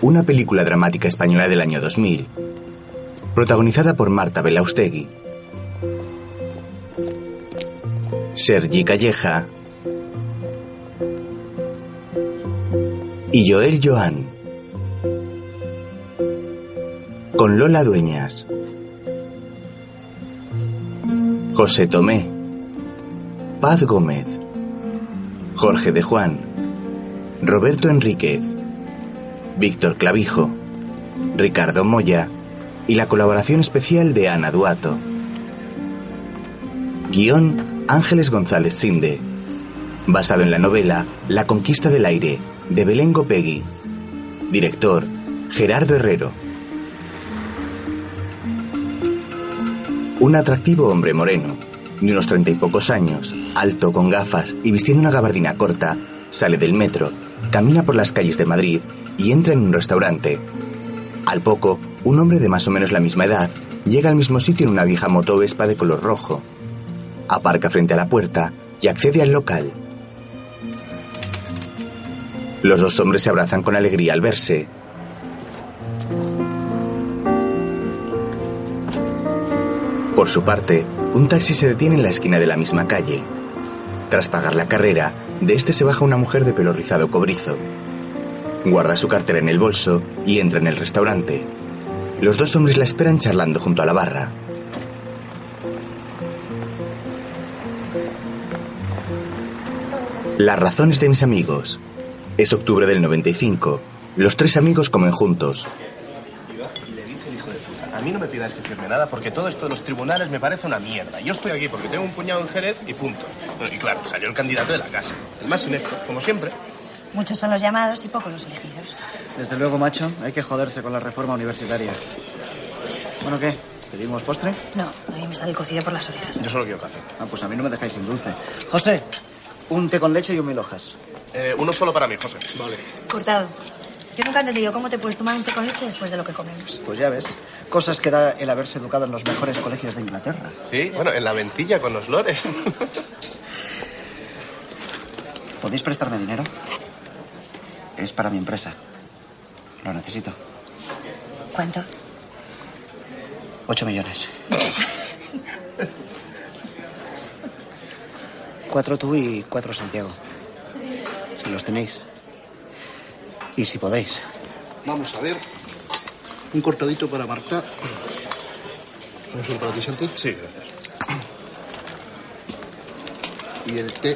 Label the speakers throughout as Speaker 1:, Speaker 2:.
Speaker 1: Una película dramática española del año 2000, protagonizada por Marta Belaustegui, Sergi Calleja y Joel Joan. Con Lola Dueñas, José Tomé, Paz Gómez, Jorge de Juan, Roberto Enríquez, Víctor Clavijo, Ricardo Moya y la colaboración especial de Ana Duato. Guión Ángeles González Sinde. Basado en la novela La conquista del aire de Belén Gopegui. Director Gerardo Herrero. Un atractivo hombre moreno, de unos treinta y pocos años, alto con gafas y vistiendo una gabardina corta, sale del metro, camina por las calles de Madrid y entra en un restaurante. Al poco, un hombre de más o menos la misma edad llega al mismo sitio en una vieja moto Vespa de color rojo. Aparca frente a la puerta y accede al local. Los dos hombres se abrazan con alegría al verse. Por su parte, un taxi se detiene en la esquina de la misma calle. Tras pagar la carrera, de este se baja una mujer de pelo rizado cobrizo. Guarda su cartera en el bolso y entra en el restaurante. Los dos hombres la esperan charlando junto a la barra. Las razones de mis amigos. Es octubre del 95. Los tres amigos comen juntos.
Speaker 2: Y le dice el hijo de puta, a mí no me pidáis que firme nada porque todo esto de los tribunales me parece una mierda. Yo estoy aquí porque tengo un puñado en Jerez y punto. Bueno, y claro, salió el candidato de la casa. El más inepto, como siempre.
Speaker 3: Muchos son los llamados y pocos los elegidos.
Speaker 4: Desde luego, macho, hay que joderse con la reforma universitaria. Bueno, ¿qué? ¿Pedimos postre?
Speaker 3: No, hoy me sale el cocido por las orejas.
Speaker 2: Yo solo quiero café.
Speaker 4: Ah, pues a mí no me dejáis sin dulce. José, un té con leche y un mil hojas.
Speaker 2: Eh, uno solo para mí, José. Vale.
Speaker 3: Cortado. Yo nunca he entendido cómo te puedes tomar un té con leche después de lo que comemos.
Speaker 4: Pues ya ves, cosas que da el haberse educado en los mejores colegios de Inglaterra.
Speaker 2: Sí, bueno, en la ventilla con los lores.
Speaker 4: ¿Podéis prestarme dinero? Es para mi empresa. Lo necesito.
Speaker 3: ¿Cuánto?
Speaker 4: Ocho millones. cuatro tú y cuatro Santiago. Si los tenéis. Y si podéis.
Speaker 5: Vamos a ver. Un cortadito para Marta. ¿Tienes un para ti, Santi?
Speaker 2: Sí, gracias.
Speaker 5: Y el té.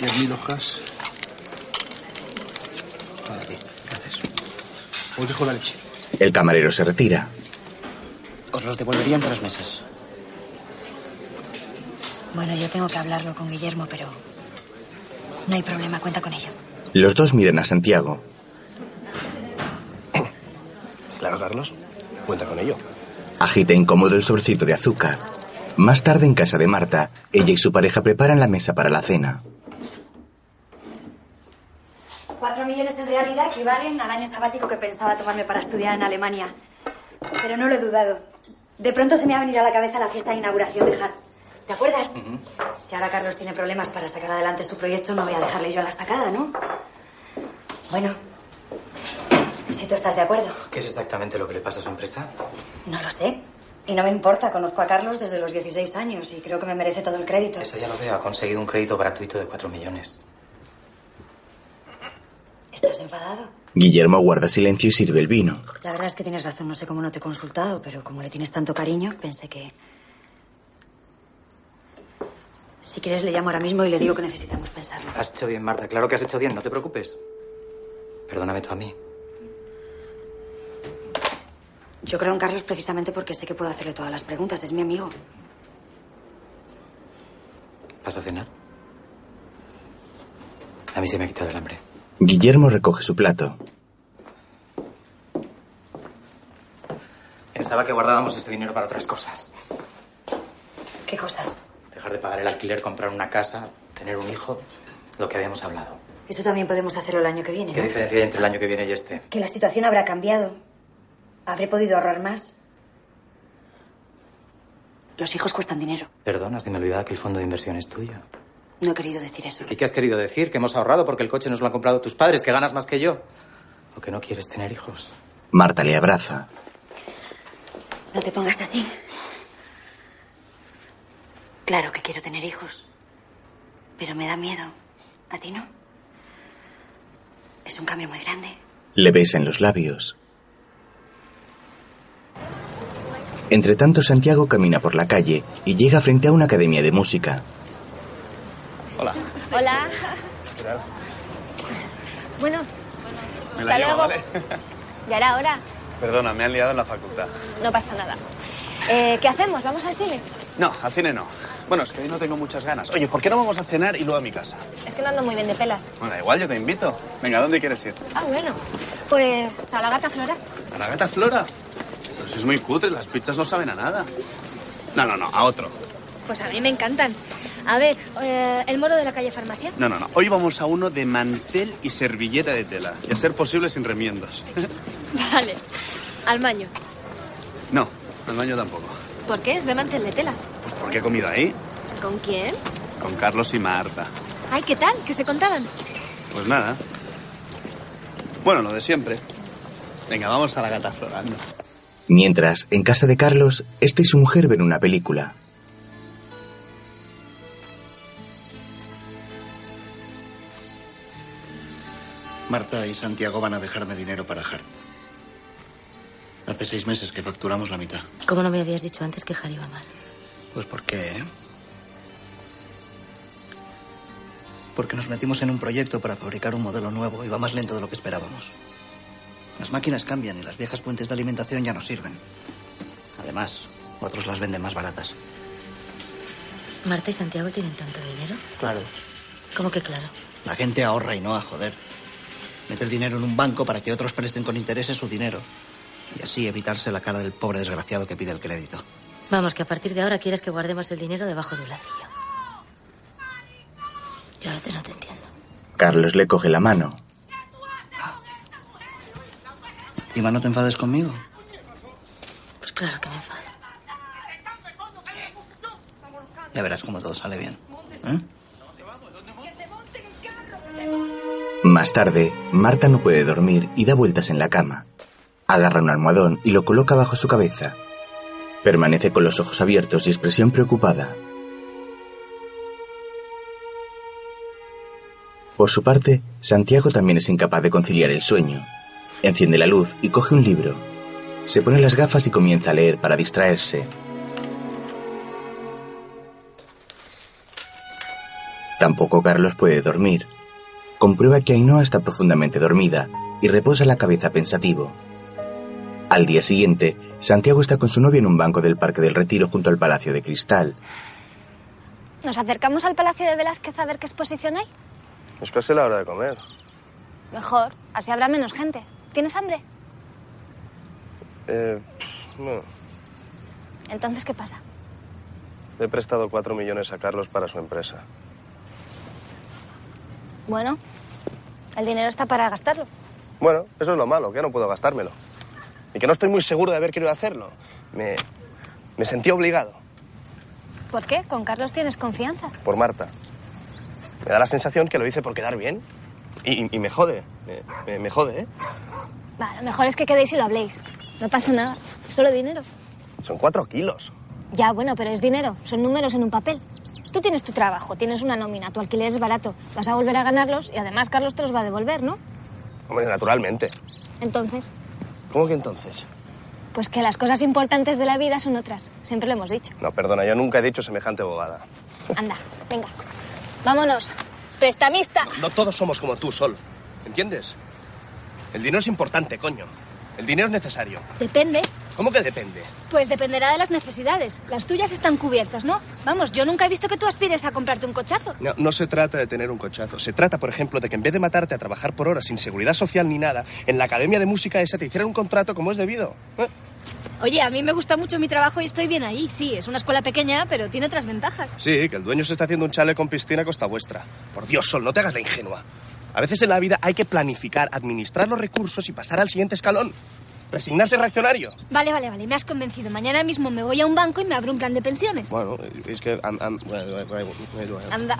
Speaker 5: Diez mil hojas. Para ti. Gracias. Os dejo la leche.
Speaker 1: El camarero se retira.
Speaker 4: Os los devolvería en tres meses.
Speaker 3: Bueno, yo tengo que hablarlo con Guillermo, pero no hay problema, cuenta con ello.
Speaker 1: Los dos miran a Santiago.
Speaker 2: Claro, Carlos. Cuenta con ello.
Speaker 1: Agita incómodo el sobrecito de azúcar. Más tarde en casa de Marta, ella y su pareja preparan la mesa para la cena.
Speaker 3: Cuatro millones en realidad equivalen al año sabático que pensaba tomarme para estudiar en Alemania. Pero no lo he dudado. De pronto se me ha venido a la cabeza la fiesta de inauguración de Hart. ¿Te acuerdas? Si ahora Carlos tiene problemas para sacar adelante su proyecto, no voy a dejarle yo a la estacada, ¿no? Bueno, si tú estás de acuerdo.
Speaker 6: ¿Qué es exactamente lo que le pasa a su empresa?
Speaker 3: No lo sé. Y no me importa, conozco a Carlos desde los 16 años y creo que me merece todo el crédito.
Speaker 6: Eso ya lo veo, ha conseguido un crédito gratuito de 4 millones.
Speaker 3: ¿Estás enfadado?
Speaker 1: Guillermo guarda silencio y sirve el vino.
Speaker 3: La verdad es que tienes razón, no sé cómo no te he consultado, pero como le tienes tanto cariño, pensé que... Si quieres, le llamo ahora mismo y le digo que necesitamos pensarlo.
Speaker 6: Has hecho bien, Marta, claro que has hecho bien, no te preocupes. Perdóname tú a mí.
Speaker 3: Yo creo en Carlos precisamente porque sé que puedo hacerle todas las preguntas, es mi amigo.
Speaker 6: ¿Vas a cenar? A mí se me ha quitado el hambre.
Speaker 1: Guillermo recoge su plato.
Speaker 6: Pensaba que guardábamos ese dinero para otras cosas.
Speaker 3: ¿Qué cosas?
Speaker 6: Dejar de pagar el alquiler, comprar una casa, tener un hijo, lo que habíamos hablado.
Speaker 3: Eso también podemos hacerlo el año que viene,
Speaker 6: ¿Qué
Speaker 3: ¿no?
Speaker 6: diferencia hay entre el año que viene y este?
Speaker 3: Que la situación habrá cambiado. Habré podido ahorrar más. Los hijos cuestan dinero.
Speaker 6: Perdona, se me olvidaba que el fondo de inversión es tuyo.
Speaker 3: No he querido decir eso.
Speaker 6: ¿Y qué has querido decir? ¿Que hemos ahorrado porque el coche nos lo han comprado tus padres, que ganas más que yo? ¿O que no quieres tener hijos?
Speaker 1: Marta le abraza.
Speaker 3: No te pongas así. Claro que quiero tener hijos. Pero me da miedo. ¿A ti no? Es un cambio muy grande.
Speaker 1: Le besa en los labios. Entre tanto, Santiago camina por la calle y llega frente a una academia de música.
Speaker 2: Hola.
Speaker 7: Hola. Bueno,
Speaker 2: Me la
Speaker 7: Hasta
Speaker 2: llevo,
Speaker 7: luego.
Speaker 2: ¿vale?
Speaker 7: ya era hora.
Speaker 2: Perdona, me han liado en la facultad.
Speaker 7: No pasa nada. Eh, ¿Qué hacemos? ¿Vamos al cine?
Speaker 2: No, al cine no. Bueno, es que hoy no tengo muchas ganas. Oye, ¿por qué no vamos a cenar y luego a mi casa?
Speaker 7: Es que no ando muy bien de pelas.
Speaker 2: Bueno, da igual, yo te invito. Venga, ¿a dónde quieres ir?
Speaker 7: Ah, bueno. Pues a la gata Flora.
Speaker 2: ¿A la gata Flora? Pero si es muy cutre, las pizzas no saben a nada. No, no, no, a otro.
Speaker 7: Pues a mí me encantan. A ver, eh, el moro de la calle Farmacia.
Speaker 2: No, no, no. Hoy vamos a uno de mantel y servilleta de tela. Y a ser posible sin remiendos.
Speaker 7: Vale. Al maño.
Speaker 2: No, al baño tampoco.
Speaker 7: ¿Por qué? Es de mantel de tela.
Speaker 2: Pues porque he comido ahí
Speaker 7: ¿Con quién?
Speaker 2: con Carlos y Marta.
Speaker 7: Ay, ¿qué tal? ¿Qué se contaban?
Speaker 2: Pues nada. Bueno, lo de siempre. Venga, vamos a la gata Flora. anda.
Speaker 1: Mientras, en casa de Carlos, este y su mujer ven una película.
Speaker 4: Marta y Santiago van a dejarme dinero para Hart. Hace seis meses que facturamos la mitad.
Speaker 8: ¿Cómo no me habías dicho antes que Harry iba mal?
Speaker 4: Pues ¿por qué? Porque nos metimos en un proyecto para fabricar un modelo nuevo y va más lento de lo que esperábamos. Las máquinas cambian y las viejas fuentes de alimentación ya no sirven. Además, otros las venden más baratas.
Speaker 8: ¿Marta y Santiago tienen tanto dinero?
Speaker 4: Claro.
Speaker 8: ¿Cómo que claro?
Speaker 4: La gente ahorra y no a joder. Mete el dinero en un banco para que otros presten con intereses su dinero. Y así evitarse la cara del pobre desgraciado que pide el crédito.
Speaker 8: Vamos, que a partir de ahora quieres que guardemos el dinero debajo de un ladrillo. Yo a veces no te entiendo.
Speaker 1: Carlos le coge la mano.
Speaker 4: Encima no te enfades conmigo.
Speaker 8: Pues claro que me enfado.
Speaker 4: Ya verás cómo todo sale bien. ¿Eh?
Speaker 1: Más tarde, Marta no puede dormir y da vueltas en la cama. Agarra un almohadón y lo coloca bajo su cabeza. Permanece con los ojos abiertos y expresión preocupada. Por su parte, Santiago también es incapaz de conciliar el sueño. Enciende la luz y coge un libro. Se pone las gafas y comienza a leer para distraerse. Tampoco Carlos puede dormir. Comprueba que Ainhoa está profundamente dormida y reposa la cabeza pensativo. Al día siguiente, Santiago está con su novia en un banco del Parque del Retiro junto al Palacio de Cristal.
Speaker 7: ¿Nos acercamos al Palacio de Velázquez a ver qué exposición hay?
Speaker 9: Es casi la hora de comer.
Speaker 7: Mejor, así habrá menos gente. ¿Tienes hambre?
Speaker 9: Eh, pff, no.
Speaker 7: Entonces, ¿qué pasa?
Speaker 9: Le he prestado cuatro millones a Carlos para su empresa.
Speaker 7: Bueno, el dinero está para gastarlo.
Speaker 9: Bueno, eso es lo malo, que ya no puedo gastármelo. Y que no estoy muy seguro de haber querido hacerlo. Me, me sentí obligado.
Speaker 7: ¿Por qué? Con Carlos tienes confianza.
Speaker 9: Por Marta. Me da la sensación que lo hice por quedar bien. Y, y- y me jode. Me, me- me jode, ¿eh?
Speaker 7: Va, lo mejor es que quedéis y lo habléis. No pasa nada, es solo dinero.
Speaker 9: Son cuatro kilos.
Speaker 7: Ya, bueno, pero es dinero, son números en un papel. Tú tienes tu trabajo, tienes una nómina, tu alquiler es barato, vas a volver a ganarlos y además Carlos te los va a devolver, ¿no?
Speaker 9: Hombre, naturalmente.
Speaker 7: Entonces,
Speaker 9: ¿Cómo que entonces?
Speaker 7: pues que las cosas importantes de la vida son otras, siempre lo hemos dicho.
Speaker 9: No, perdona, yo nunca he dicho semejante bobada.
Speaker 7: Anda, venga, vámonos. Prestamista.
Speaker 9: No todos somos como tú, Sol.
Speaker 2: ¿Entiendes? El dinero es importante, coño. El dinero es necesario.
Speaker 7: Depende,
Speaker 2: ¿Cómo que depende?
Speaker 7: pues dependerá de las necesidades. Las tuyas están cubiertas, ¿no? Vamos, yo nunca he visto que tú aspires a comprarte un cochazo.
Speaker 2: No, no se trata de tener un cochazo. Se trata, por ejemplo, de que en vez de matarte a trabajar por horas sin seguridad social ni nada, en la academia de música esa te hicieran un contrato como es debido. ¿eh?
Speaker 7: Oye, a mí me gusta mucho mi trabajo y estoy bien ahí. Sí, es una escuela pequeña, pero tiene otras ventajas.
Speaker 2: Sí, que el dueño se está haciendo un chale con piscina a costa vuestra. Por Dios, Sol, no te hagas la ingenua. A veces en la vida hay que planificar, administrar los recursos y pasar al siguiente escalón.
Speaker 10: ¿Resignarse reaccionario?
Speaker 7: Vale, vale, vale, me has convencido. Mañana mismo me voy a un banco y me abro un plan de pensiones.
Speaker 10: Bueno, es que... am- am- bueno, bueno, bueno, bueno, bueno.
Speaker 7: Anda.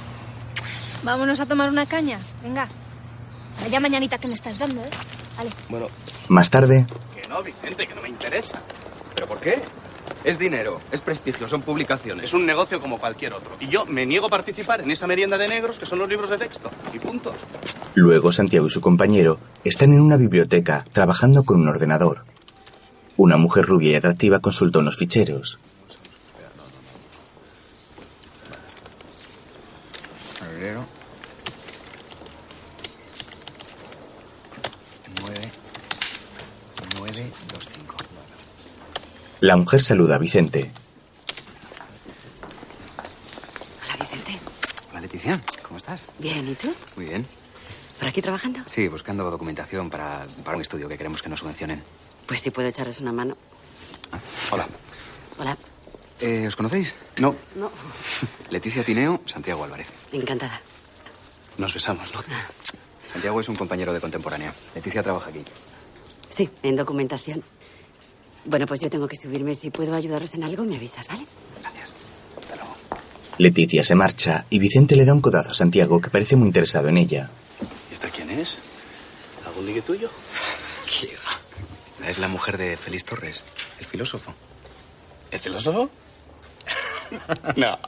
Speaker 7: Vámonos a tomar una caña. Venga. Vaya mañanita que me estás dando, ¿eh? Vale.
Speaker 10: Bueno,
Speaker 1: Más tarde,
Speaker 2: Que no, Vicente, que no me interesa.
Speaker 11: ¿Pero por qué? Es dinero, es prestigio, son publicaciones.
Speaker 2: Es un negocio como cualquier otro. Y yo me niego a participar en esa merienda de negros que son los libros de texto. Y punto.
Speaker 1: luego Santiago y su compañero están en una biblioteca trabajando con un ordenador. Una mujer rubia y atractiva consulta unos ficheros.
Speaker 5: Febrero. 9. 9, 2, 5.
Speaker 1: La mujer saluda a Vicente.
Speaker 6: Hola, Leticia. ¿Cómo estás?
Speaker 12: Bien, ¿y tú?
Speaker 6: Muy bien.
Speaker 12: ¿Por aquí trabajando?
Speaker 6: Sí, buscando documentación para, para un estudio que queremos que nos subvencionen. Ah,
Speaker 12: Pues sí, puedo echarles una mano.
Speaker 6: Hola.
Speaker 12: Hola.
Speaker 6: Eh, ¿Os conocéis? No.
Speaker 12: No.
Speaker 6: Leticia Tineo, Santiago Álvarez.
Speaker 12: Encantada.
Speaker 6: Nos besamos, ¿no? Santiago es un compañero de contemporánea. Leticia trabaja aquí.
Speaker 12: Sí, en documentación. Bueno, pues yo tengo que subirme. Si puedo ayudaros en algo, me avisas, ¿vale?
Speaker 1: Leticia se marcha y Vicente le da un codazo a Santiago que parece muy interesado en ella.
Speaker 6: ¿Y esta quién es?
Speaker 2: ¿Algún ligue tuyo?
Speaker 6: ¿Qué va? Esta es la mujer de Félix Torres, el filósofo.
Speaker 2: ¿El filósofo? no.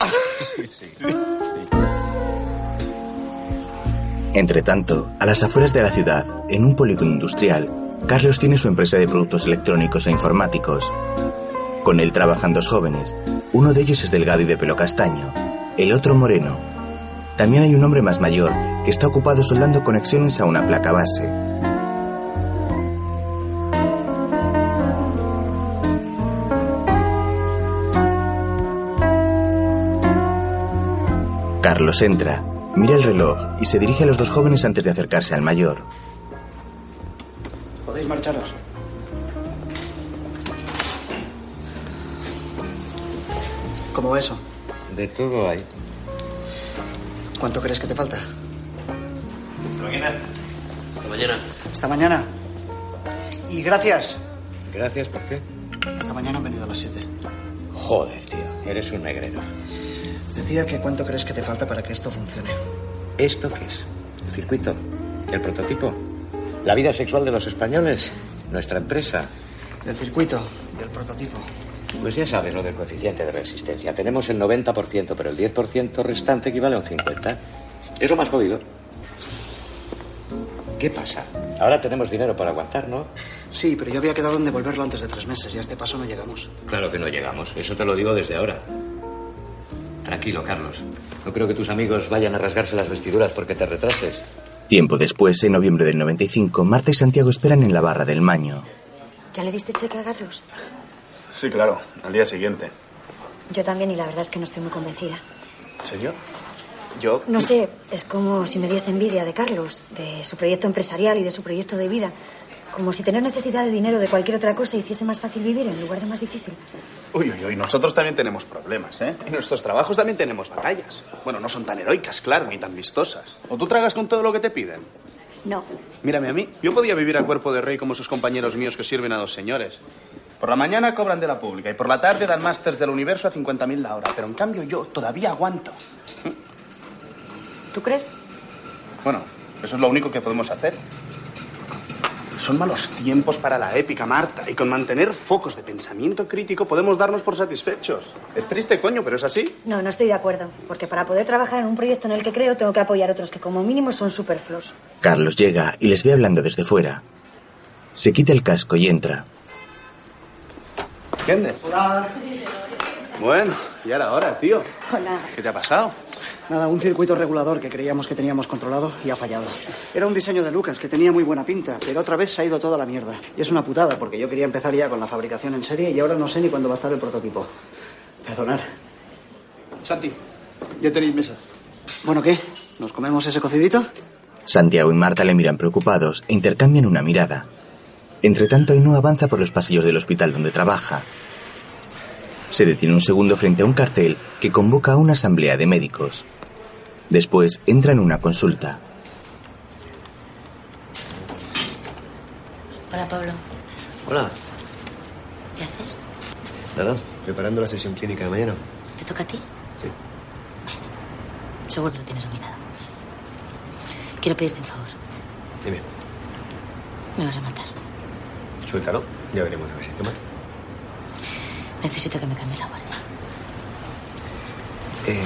Speaker 1: Entre tanto, a las afueras de la ciudad, en un polígono industrial, Carlos tiene su empresa de productos electrónicos e informáticos. Con él trabajan dos jóvenes, uno de ellos es delgado y de pelo castaño, el otro moreno. También hay un hombre más mayor que está ocupado soldando conexiones a una placa base. Carlos entra, mira el reloj y se dirige a los dos jóvenes antes de acercarse al mayor.
Speaker 5: ¿Podéis marcharos?
Speaker 4: Como eso.
Speaker 13: De todo hay.
Speaker 4: ¿Cuánto crees que te falta?
Speaker 13: Hasta mañana.
Speaker 4: Hasta mañana. Y gracias.
Speaker 13: Gracias, ¿por qué?
Speaker 4: Hasta mañana han venido a las 7.
Speaker 13: Joder, tío, eres un negrero.
Speaker 4: Decía que cuánto crees que te falta para que esto funcione.
Speaker 13: ¿Esto qué es? ¿El circuito? ¿El prototipo? ¿La vida sexual de los españoles? ¿Nuestra empresa?
Speaker 4: El circuito y el prototipo.
Speaker 13: Pues ya sabes lo del coeficiente de resistencia. Tenemos el 90%, pero el 10% restante equivale a un 50%. Es lo más jodido. ¿Qué pasa? Ahora tenemos dinero para aguantar, ¿no?
Speaker 4: Sí, pero yo había quedado en devolverlo antes de tres meses y a este paso no llegamos.
Speaker 13: Claro que no llegamos. Eso te lo digo desde ahora. Tranquilo, Carlos. No creo que tus amigos vayan a rasgarse las vestiduras porque te retrases.
Speaker 1: Tiempo después, en noviembre del 95, Marta y Santiago esperan en la barra del Maño.
Speaker 3: ¿Ya le diste cheque a Carlos?
Speaker 14: Sí, claro, al día siguiente.
Speaker 3: Yo también y la verdad es que no estoy muy convencida.
Speaker 14: ¿En serio? Yo.
Speaker 3: No sé, es como si me diese envidia de Carlos, de su proyecto empresarial y de su proyecto de vida. Como si tener necesidad de dinero de cualquier otra cosa hiciese más fácil vivir en lugar de más difícil.
Speaker 2: Uy, uy, uy, nosotros también tenemos problemas, ¿eh? En nuestros trabajos también tenemos batallas. Bueno, no son tan heroicas, claro, ni tan vistosas. ¿O tú tragas con todo lo que te piden?
Speaker 3: No.
Speaker 2: Mírame a mí. Yo podía vivir a cuerpo de rey como esos compañeros míos que sirven a dos señores. Por la mañana cobran de la pública y por la tarde dan másters del universo a 50.000 la hora. Pero en cambio yo todavía aguanto.
Speaker 3: ¿Tú crees?
Speaker 2: Bueno, eso es lo único que podemos hacer. Son malos tiempos para la épica, Marta. Y con mantener focos de pensamiento crítico podemos darnos por satisfechos. Es triste, coño, pero es así.
Speaker 3: No, no estoy de acuerdo, porque para poder trabajar en un proyecto en el que creo tengo que apoyar otros que como mínimo son superfluos.
Speaker 1: Carlos llega y les ve hablando desde fuera. Se quita el casco y entra.
Speaker 2: ¿Entiendes?
Speaker 4: Hola.
Speaker 2: Bueno, ya era hora, tío.
Speaker 4: Hola.
Speaker 2: ¿Qué te ha pasado?
Speaker 4: Nada, un circuito regulador que creíamos que teníamos controlado y ha fallado. Era un diseño de Lucas que tenía muy buena pinta, pero otra vez se ha ido toda la mierda. Y es una putada porque yo quería empezar ya con la fabricación en serie y ahora no sé ni cuándo va a estar el prototipo. Perdonar. Santi, ya tenéis mesa. Bueno, ¿qué? ¿Nos comemos ese cocidito?
Speaker 1: Santiago y Marta le miran preocupados e intercambian una mirada. Entre tanto, Ainhoa avanza por los pasillos del hospital donde trabaja. Se detiene un segundo frente a un cartel que convoca a una asamblea de médicos. Después entra en una consulta.
Speaker 8: Hola, Pablo.
Speaker 5: Hola,
Speaker 8: ¿Qué haces?
Speaker 5: nada, preparando la sesión clínica de mañana.
Speaker 8: ¿Te toca a ti?
Speaker 5: Sí.
Speaker 8: Seguro lo tienes dominado. Quiero pedirte un favor.
Speaker 5: Dime,
Speaker 8: Me vas a matar.
Speaker 5: suéltalo, ya veremos a ver si toma.
Speaker 8: Necesito que me cambies la guardia.
Speaker 5: Eh,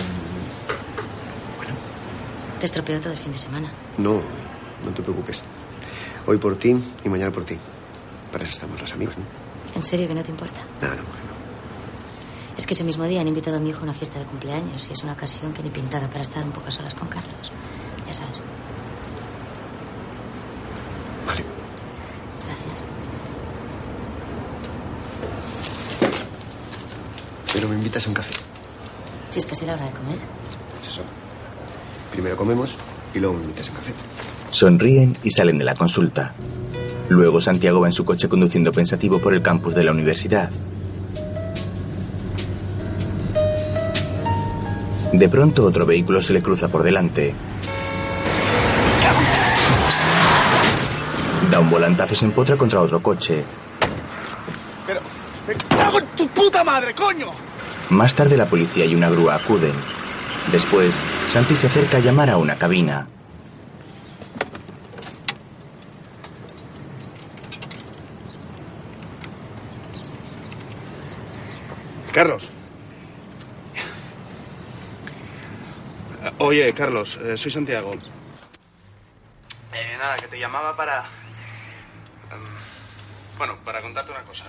Speaker 8: Te estropeo todo el fin de semana.
Speaker 5: no, no te preocupes. Hoy por ti y mañana por ti. Para eso estamos los amigos, ¿no?
Speaker 8: ¿En serio que no te importa?
Speaker 5: Nada, no, mujer,
Speaker 8: Es que ese mismo día han invitado a mi hijo a una fiesta de cumpleaños y es una ocasión que ni pintada para estar un pocas horas con Carlos. Ya sabes.
Speaker 5: Vale.
Speaker 8: Gracias.
Speaker 5: Pero me invitas a un café.
Speaker 8: Si es casi la hora de comer.
Speaker 5: Pues eso. Primero comemos y luego me invitas a un café.
Speaker 1: Sonríen y salen de la consulta. Luego Santiago va en su coche conduciendo pensativo por el campus de la universidad. De pronto otro vehículo se le cruza por delante. Da un volantazo y se empotra contra otro coche.
Speaker 2: ¡Me cago en tu puta madre, coño!
Speaker 1: Más tarde la policía y una grúa acuden. Después, Santi se acerca a llamar a una cabina.
Speaker 2: Carlos. Oye, Carlos, eh, soy Santiago. Eh, nada, que te llamaba para... em, bueno, para contarte una cosa.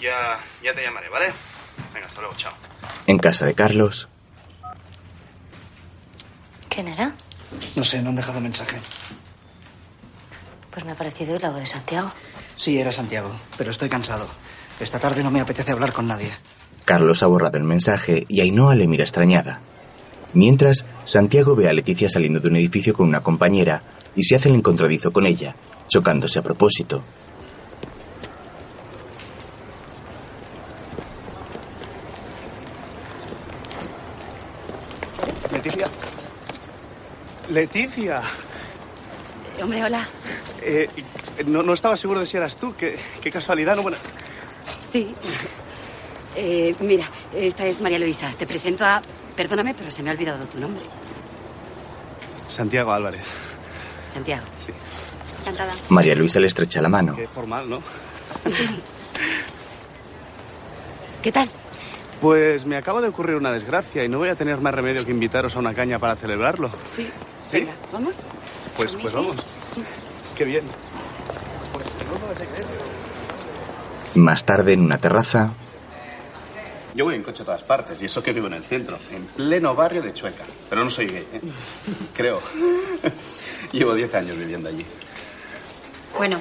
Speaker 2: Ya, ya te llamaré, ¿vale? Venga, hasta luego, chao.
Speaker 1: En casa de Carlos,
Speaker 8: ¿Quién era?
Speaker 4: No sé, no han dejado mensaje.
Speaker 8: Pues me ha parecido la voz de Santiago.
Speaker 4: Sí, era Santiago, pero estoy cansado. Esta tarde no me apetece hablar con nadie.
Speaker 1: Carlos ha borrado el mensaje y Ainhoa le mira extrañada. Mientras, Santiago ve a Leticia saliendo de un edificio con una compañera y se hace el encontradizo con ella, chocándose a propósito.
Speaker 2: Leticia. Leticia.
Speaker 12: Hombre, hola.
Speaker 2: Eh, no, no estaba seguro de si eras tú. Qué, qué casualidad, ¿no? Bueno,
Speaker 12: Sí. Eh, mira, esta es María Luisa. Te presento a... Perdóname, pero se me ha olvidado tu nombre.
Speaker 2: Santiago Álvarez.
Speaker 12: Santiago.
Speaker 2: Sí.
Speaker 12: Encantada.
Speaker 1: María Luisa le estrecha la mano.
Speaker 2: Qué formal, ¿no?
Speaker 12: ¿Qué tal?
Speaker 2: Pues me acaba de ocurrir una desgracia y no voy a tener más remedio que invitaros a una caña para celebrarlo.
Speaker 12: Sí.
Speaker 2: ¿Sí?
Speaker 12: Venga, ¿vamos?
Speaker 2: Pues, pues vamos. Qué bien.
Speaker 1: Más tarde, en una terraza,
Speaker 2: Yo voy en coche a todas partes y eso que vivo en el centro, en pleno barrio de Chueca. Pero no soy gay, ¿eh? creo.
Speaker 3: Ah.
Speaker 2: Llevo 10 años viviendo allí.
Speaker 13: Bueno,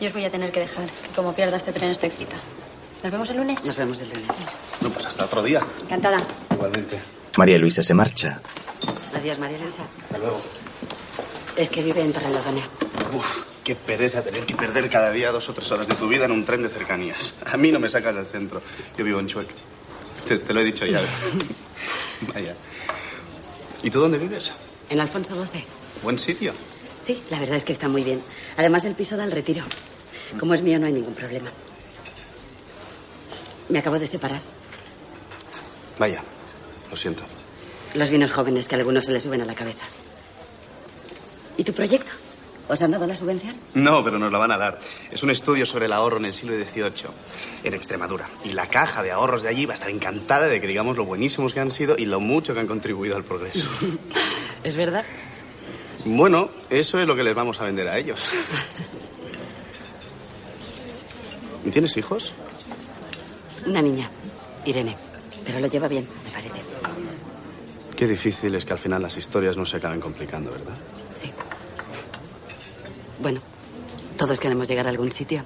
Speaker 13: yo os voy a tener que dejar, que como pierda este tren estoy frita. ¿Nos vemos el lunes?
Speaker 12: Nos vemos el lunes.
Speaker 2: No, pues hasta otro día.
Speaker 13: Encantada.
Speaker 2: Igualmente.
Speaker 1: María Luisa se marcha.
Speaker 12: Adiós, María Luisa.
Speaker 2: Hasta luego.
Speaker 12: Es que vive en Torrelodones.
Speaker 2: Uf, qué pereza tener que perder cada día dos o tres horas de tu vida en un tren de cercanías. A mí no me sacas del centro. Yo vivo en Chueca. Te, te lo he dicho ya. ¿eh? Vaya. ¿Y tú dónde vives?
Speaker 12: En Alfonso XII.
Speaker 2: Buen sitio.
Speaker 12: Sí, la verdad es que está muy bien. Además, el piso da el retiro. Como es mío, no hay ningún problema. Me acabo de separar.
Speaker 2: Vaya. Lo siento.
Speaker 12: Los vinos jóvenes que a algunos se les suben a la cabeza. ¿Y tu proyecto? ¿Os han dado la subvención?
Speaker 2: No, pero nos la van a dar. Es un estudio sobre el ahorro en el siglo XVIII, en Extremadura. Y la caja de ahorros de allí va a estar encantada de que digamos lo buenísimos que han sido y lo mucho que han contribuido al progreso.
Speaker 12: ¿Es verdad?
Speaker 2: Bueno, eso es lo que les vamos a vender a ellos. ¿Y tienes hijos?
Speaker 12: Una niña, Irene. Pero lo lleva bien, me parece.
Speaker 2: Qué difícil es que al final las historias no se acaben complicando, ¿verdad?
Speaker 12: Sí. Bueno, todos queremos llegar a algún sitio.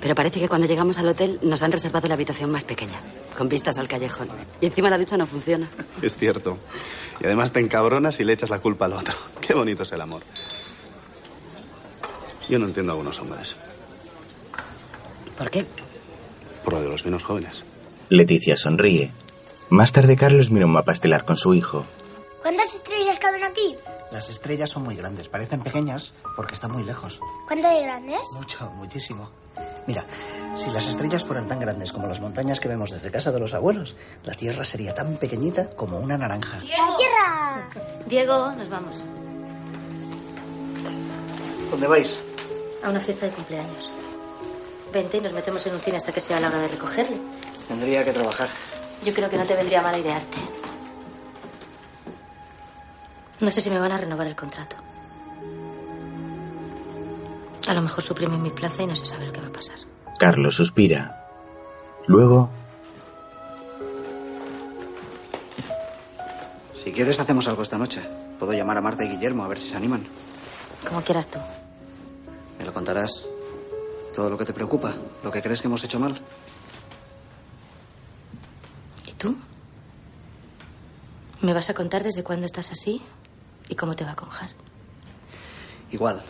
Speaker 12: Pero parece que cuando llegamos al hotel nos han reservado la habitación más pequeña, con vistas al callejón. Y encima la ducha no funciona.
Speaker 2: Es cierto. Y además te encabronas y le echas la culpa al otro. Qué bonito es el amor. Yo no entiendo a algunos hombres,
Speaker 12: ¿Por qué?
Speaker 2: por lo de los vinos jóvenes.
Speaker 1: Leticia sonríe. Más tarde, Carlos mira un mapa estelar con su hijo.
Speaker 15: ¿Cuántas estrellas caben aquí?
Speaker 4: Las estrellas son muy grandes. Parecen pequeñas porque están muy lejos.
Speaker 15: ¿Cuánto de grandes?
Speaker 4: Mucho, muchísimo. Mira, si las estrellas fueran tan grandes como las montañas que vemos desde casa de los abuelos, la Tierra sería tan pequeñita como una naranja.
Speaker 15: ¡La tierra!
Speaker 8: Diego, nos vamos.
Speaker 4: ¿Dónde vais?
Speaker 8: A una fiesta de cumpleaños. Vente y nos metemos en un cine hasta que sea la hora de recogerle.
Speaker 4: Tendría que trabajar.
Speaker 8: Yo creo que no te vendría mal airearte. No sé si me van a renovar el contrato. A lo mejor suprimen mi plaza y no se sabe lo que va a pasar.
Speaker 1: Carlos suspira. Luego,
Speaker 4: Si quieres, hacemos algo esta noche. Puedo llamar a Marta y Guillermo a ver si se animan.
Speaker 8: Como quieras tú.
Speaker 4: ¿Me lo contarás? ¿Todo lo que te preocupa? ¿Lo que crees que hemos hecho mal?
Speaker 8: ¿Y tú? ¿Me vas a contar desde cuándo estás así y cómo te va a conjar?
Speaker 4: Igual.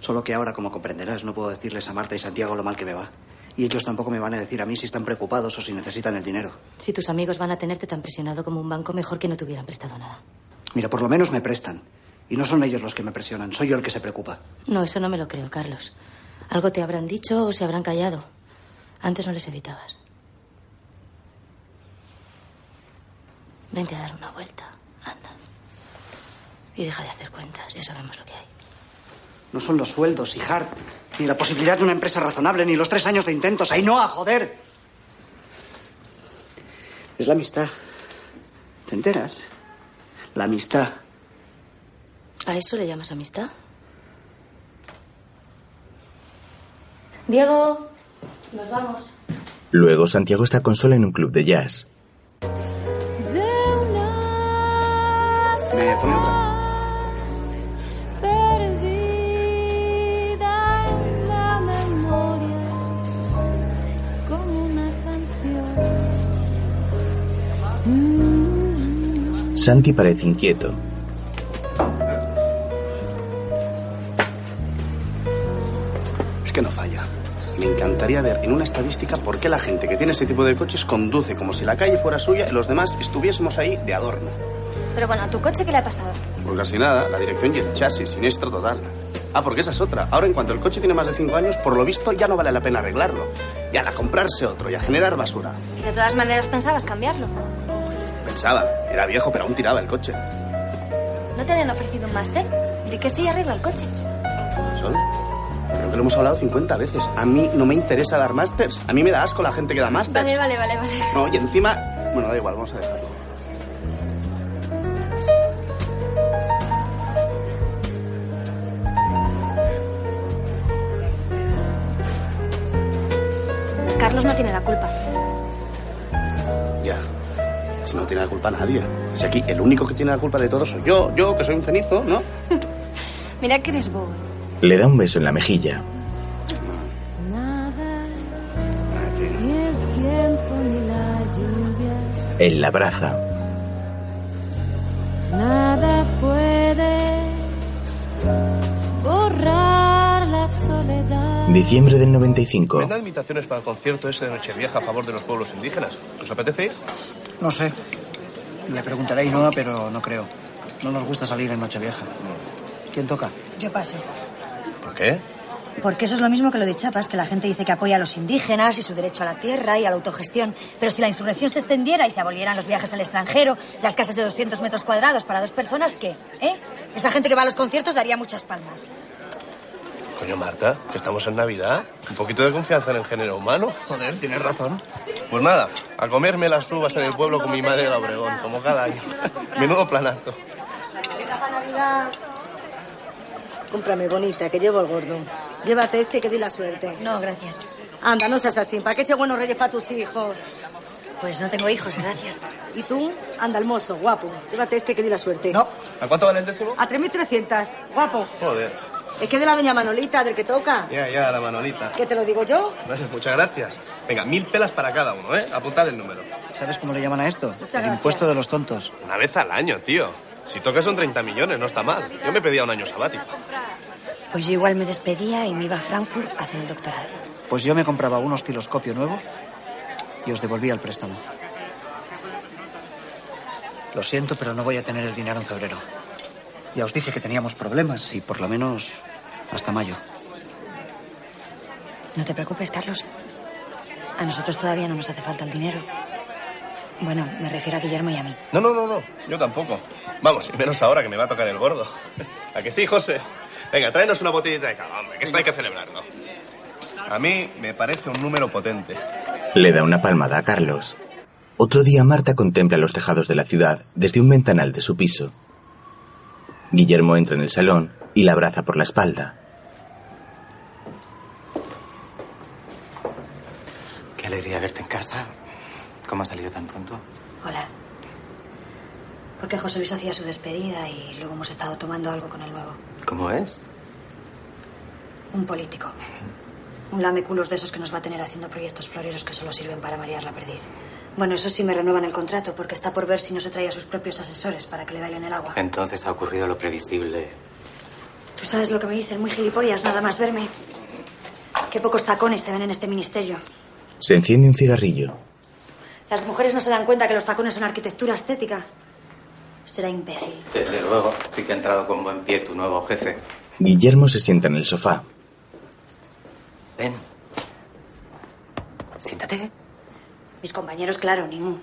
Speaker 4: Solo que ahora, como comprenderás, no puedo decirles a Marta y Santiago lo mal que me va. Y ellos tampoco me van a decir a mí si están preocupados o si necesitan el dinero.
Speaker 8: Si tus amigos van a tenerte tan presionado como un banco, mejor que no te hubieran prestado nada.
Speaker 4: Mira, por lo menos me prestan. Y no son ellos los que me presionan, soy yo el que se preocupa.
Speaker 8: No, eso no me lo creo, Carlos. Algo te habrán dicho o se habrán callado. Antes no les evitabas. Vente a dar una vuelta, anda. Y deja de hacer cuentas, ya sabemos lo que hay.
Speaker 4: No son los sueldos, y Hart, ni la posibilidad de una empresa razonable, ni los tres años de intentos. ¡Ahí no, a joder! Es la amistad. ¿Te enteras? La amistad.
Speaker 8: ¿A eso le llamas amistad? Diego, nos vamos.
Speaker 1: luego Santiago está con Sol en un club de jazz.
Speaker 16: Me pone otra.
Speaker 17: Perdida en la memoria, como una canción.
Speaker 1: Santi parece inquieto.
Speaker 2: Es que no falla. Me encantaría ver en una estadística por qué la gente que tiene ese tipo de coches conduce como si la calle fuera suya y los demás estuviésemos ahí de adorno.
Speaker 18: Pero bueno, ¿a tu coche qué le ha pasado?
Speaker 2: Por casi nada, la dirección y el chasis, siniestro total. Ah, porque esa es otra. Ahora, en cuanto el coche tiene más de 5 años, por lo visto ya no vale la pena arreglarlo. Y a la comprarse otro y a generar basura.
Speaker 18: Y de todas maneras pensabas cambiarlo.
Speaker 2: Pensaba, era viejo, pero aún tiraba el coche.
Speaker 18: ¿No te habían ofrecido un máster? Di que sí, arregla el coche.
Speaker 2: Sol, creo que lo hemos hablado 50 veces. A mí no me interesa dar másters. A mí me da asco la gente que da másters.
Speaker 18: Vale, vale, vale, vale.
Speaker 2: No, y encima. Bueno, da igual, vamos a dejarlo.
Speaker 18: Carlos no tiene la culpa.
Speaker 2: Ya. Si no tiene la culpa nadie. Si aquí el único que tiene la culpa de todo soy yo, yo que soy un cenizo, ¿no?
Speaker 18: Mira que eres bobo.
Speaker 1: Le da un beso en la mejilla.
Speaker 17: Ni el tiempo ni la lluvia,
Speaker 1: Él la abraza.
Speaker 17: nada puede borrar la soledad.
Speaker 1: Diciembre del 95.
Speaker 16: Vendan invitaciones para el concierto ese de Nochevieja a favor de los pueblos indígenas. ¿Os apetece ir?
Speaker 4: No sé. Le preguntaré a Inoa, pero no creo. No nos gusta salir en Nochevieja. ¿Quién toca?
Speaker 3: Yo paso.
Speaker 16: ¿Por qué?
Speaker 3: Porque eso es lo mismo que lo de Chiapas, que la gente dice que apoya a los indígenas y su derecho a la tierra y a la autogestión. Pero si la insurrección se extendiera y se abolieran los viajes al extranjero, las casas de 200 metros cuadrados para dos personas, ¿qué? ¿Eh? Esa gente que va a los conciertos daría muchas palmas.
Speaker 16: Coño, Marta, que estamos en Navidad. Un poquito de confianza en el género humano. Joder, tienes razón. Pues nada, a comerme las uvas en el pueblo con mi madre de Obregón, como cada año. Menudo planazo.
Speaker 19: Cómprame bonita, que llevo el gordo. Llévate este que di la suerte.
Speaker 3: No, gracias.
Speaker 19: Anda, no seas así. ¿Para qué eche buenos reyes para tus hijos?
Speaker 3: Pues no tengo hijos, gracias.
Speaker 19: ¿Y tú? Anda, hermoso, guapo. Llévate este que di la suerte. No.
Speaker 16: ¿A cuánto vale el décimo?
Speaker 19: A 3.300. Guapo.
Speaker 16: Joder.
Speaker 19: Es que de la doña Manolita, del que toca.
Speaker 16: Ya, ya, la manolita.
Speaker 19: ¿Qué te lo digo yo?
Speaker 16: Bueno, muchas gracias. Venga, mil pelas para cada uno, ¿eh? Apuntad el número.
Speaker 4: ¿Sabes cómo le llaman a esto? el
Speaker 19: gracias.
Speaker 4: impuesto de los tontos.
Speaker 16: Una vez al año, tío. Si tocas son 30 millones, no está mal. Yo me pedía un año sabático.
Speaker 3: Pues yo igual me despedía y me iba a Frankfurt a hacer el doctorado.
Speaker 4: Pues yo me compraba un osciloscopio nuevo y os devolvía el préstamo. Lo siento, pero no voy a tener el dinero en febrero. Ya os dije que teníamos problemas y por lo menos hasta mayo.
Speaker 3: No te preocupes, Carlos. A nosotros todavía no nos hace falta el dinero. Bueno, me refiero a Guillermo y a mí.
Speaker 16: No, no, no, no. Yo tampoco. Vamos, y menos ahora que me va a tocar el gordo. ¿A que sí, José? Venga, tráenos una botellita de cava, hombre, que esto hay que celebrarlo. A mí me parece un número potente.
Speaker 1: Le da una palmada a Carlos. Otro día Marta contempla los tejados de la ciudad desde un ventanal de su piso. Guillermo entra en el salón y la abraza por la espalda.
Speaker 6: Qué alegría verte en casa. ¿Cómo has salido tan pronto?
Speaker 3: Hola. Porque José Luis hacía su despedida y luego hemos estado tomando algo con el nuevo.
Speaker 6: ¿Cómo es?
Speaker 3: Un político. Un lameculos de esos que nos va a tener haciendo proyectos floreros que solo sirven para marear la perdiz. Bueno, eso sí me renuevan el contrato porque está por ver si no se trae a sus propios asesores para que le bailen el agua.
Speaker 6: Entonces ha ocurrido lo previsible.
Speaker 3: Tú sabes lo que me dicen, muy gilipollas, nada más verme. Qué pocos tacones se ven en este ministerio.
Speaker 1: Se enciende un cigarrillo.
Speaker 3: Las mujeres no se dan cuenta que los tacones son arquitectura estética. Será imbécil.
Speaker 6: Desde luego, sí que ha entrado con buen pie tu nuevo jefe.
Speaker 1: Guillermo se sienta en el sofá.
Speaker 6: Ven. Siéntate.
Speaker 3: Mis compañeros, claro, ningún.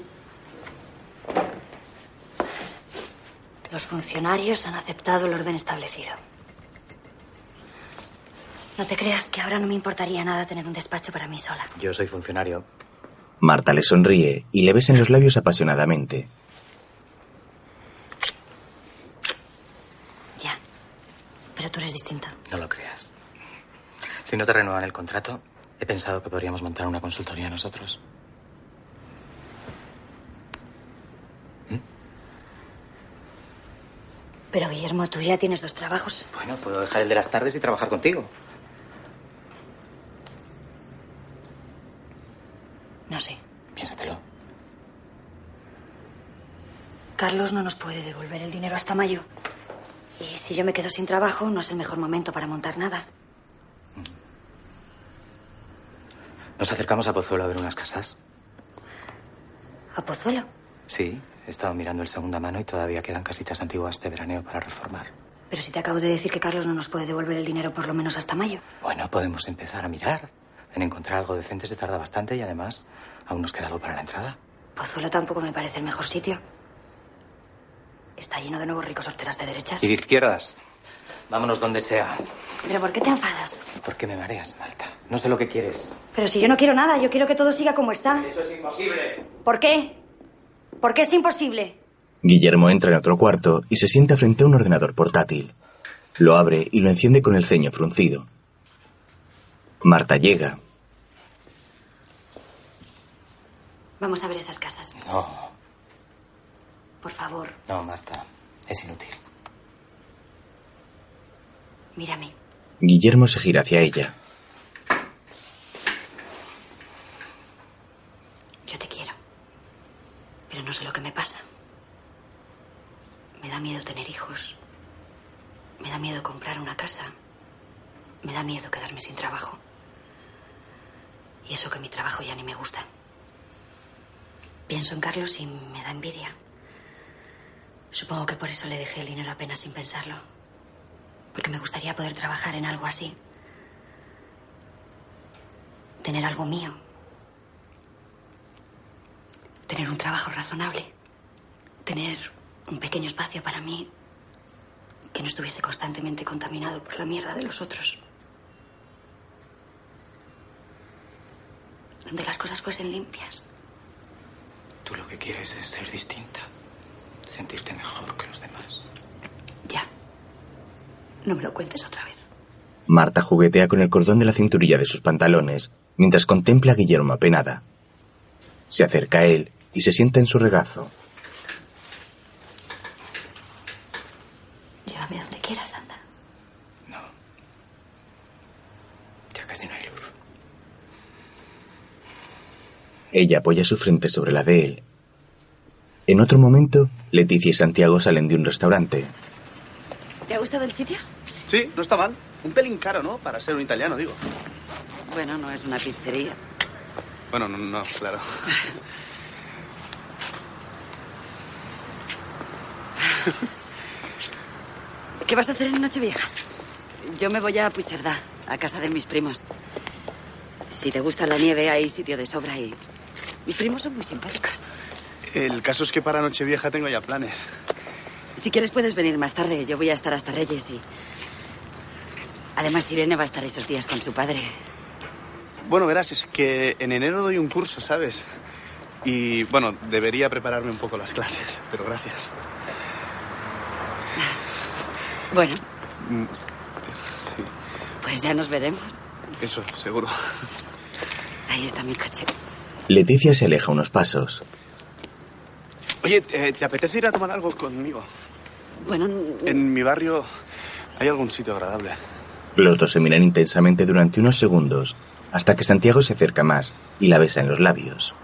Speaker 3: Los funcionarios han aceptado el orden establecido. No te creas que ahora no me importaría nada tener un despacho para mí sola.
Speaker 6: Yo soy funcionario.
Speaker 1: Marta le sonríe y le besa en los labios apasionadamente.
Speaker 3: Ya. Pero tú eres distinto.
Speaker 6: No lo creas. Si no te renuevan el contrato, he pensado que podríamos montar una consultoría nosotros.
Speaker 3: Pero Guillermo, tú ya tienes dos trabajos.
Speaker 6: Bueno, puedo dejar el de las tardes y trabajar contigo.
Speaker 3: No sé.
Speaker 6: Piénsatelo.
Speaker 3: Carlos no nos puede devolver el dinero hasta mayo. Y si yo me quedo sin trabajo, no es el mejor momento para montar nada.
Speaker 6: Nos acercamos a Pozuelo a ver unas casas.
Speaker 3: ¿A Pozuelo?
Speaker 6: Sí, he estado mirando el segunda mano y todavía quedan casitas antiguas de veraneo para reformar.
Speaker 3: Pero si te acabo de decir que Carlos no nos puede devolver el dinero por lo menos hasta mayo.
Speaker 6: Bueno, podemos empezar a mirar. En encontrar algo decente se tarda bastante y además aún nos queda algo para la entrada.
Speaker 3: Pozuelo tampoco me parece el mejor sitio. Está lleno de nuevos ricos horteras de derechas.
Speaker 6: Y de izquierdas. Vámonos donde sea.
Speaker 3: ¿Pero por qué te enfadas?
Speaker 6: ¿Por qué me mareas, Marta? No sé lo que quieres.
Speaker 3: Pero si yo no quiero nada, yo quiero que todo siga como está.
Speaker 6: Eso es imposible.
Speaker 3: ¿Por qué? ¿Por qué es imposible?
Speaker 1: Guillermo entra en otro cuarto y se sienta frente a un ordenador portátil. Lo abre y lo enciende con el ceño fruncido. Marta llega.
Speaker 3: Vamos a ver esas casas.
Speaker 6: No,
Speaker 3: Por favor,
Speaker 6: no, Marta. Es inútil.
Speaker 3: mírame.
Speaker 1: Guillermo se gira hacia ella.
Speaker 3: Yo te quiero. Pero no sé lo que me pasa. Me da miedo tener hijos. Me da miedo comprar una casa. Me da miedo quedarme sin trabajo. Y eso que mi trabajo ya ni me gusta. Pienso en Carlos y me da envidia. Supongo que por eso le dejé el dinero apenas sin pensarlo. Porque me gustaría poder trabajar en algo así. Tener algo mío. Tener un trabajo razonable. Tener un pequeño espacio para mí que no estuviese constantemente contaminado por la mierda de los otros. Donde las cosas fuesen limpias.
Speaker 6: Tú lo que quieres es ser distinta. Sentirte mejor que los demás.
Speaker 3: Ya. No me lo cuentes otra vez.
Speaker 1: Marta juguetea con el cordón de la cinturilla de sus pantalones mientras contempla a Guillermo apenada. Se acerca a él y se sienta en su regazo.
Speaker 3: Llévame donde quieras, anda.
Speaker 6: Ya casi no hay luz.
Speaker 1: Ella apoya su frente sobre la de él. En otro momento, Leticia y Santiago salen de un restaurante.
Speaker 12: ¿Te ha gustado el sitio?
Speaker 2: Sí, no está mal. Un pelín caro, ¿no? Para ser un italiano, digo.
Speaker 12: Bueno, no es una pizzería.
Speaker 2: Bueno, no, no, claro.
Speaker 12: ¿Qué vas a hacer en Nochevieja? Yo me voy a Puigcerdá, a casa de mis primos. Si te gusta la nieve, hay sitio de sobra y... Mis primos son muy simpáticos.
Speaker 20: El caso es que para Nochevieja tengo ya planes.
Speaker 12: Si quieres puedes venir más tarde. Yo voy a estar hasta Reyes y... Además, Irene va a estar esos días con su padre.
Speaker 20: Bueno, verás, es que en enero doy un curso, ¿sabes? Y bueno, debería prepararme un poco las clases, pero gracias.
Speaker 12: Bueno,
Speaker 20: Mm,
Speaker 12: pues ya nos veremos.
Speaker 20: Eso, seguro.
Speaker 12: Ahí está mi coche.
Speaker 1: Leticia se aleja unos pasos.
Speaker 20: Oye, eh, ¿te apetece ir a tomar algo conmigo?
Speaker 12: Bueno,
Speaker 20: en mi barrio hay algún sitio agradable.
Speaker 1: Los dos se miran intensamente durante unos segundos, hasta que Santiago se acerca más y la besa en los labios.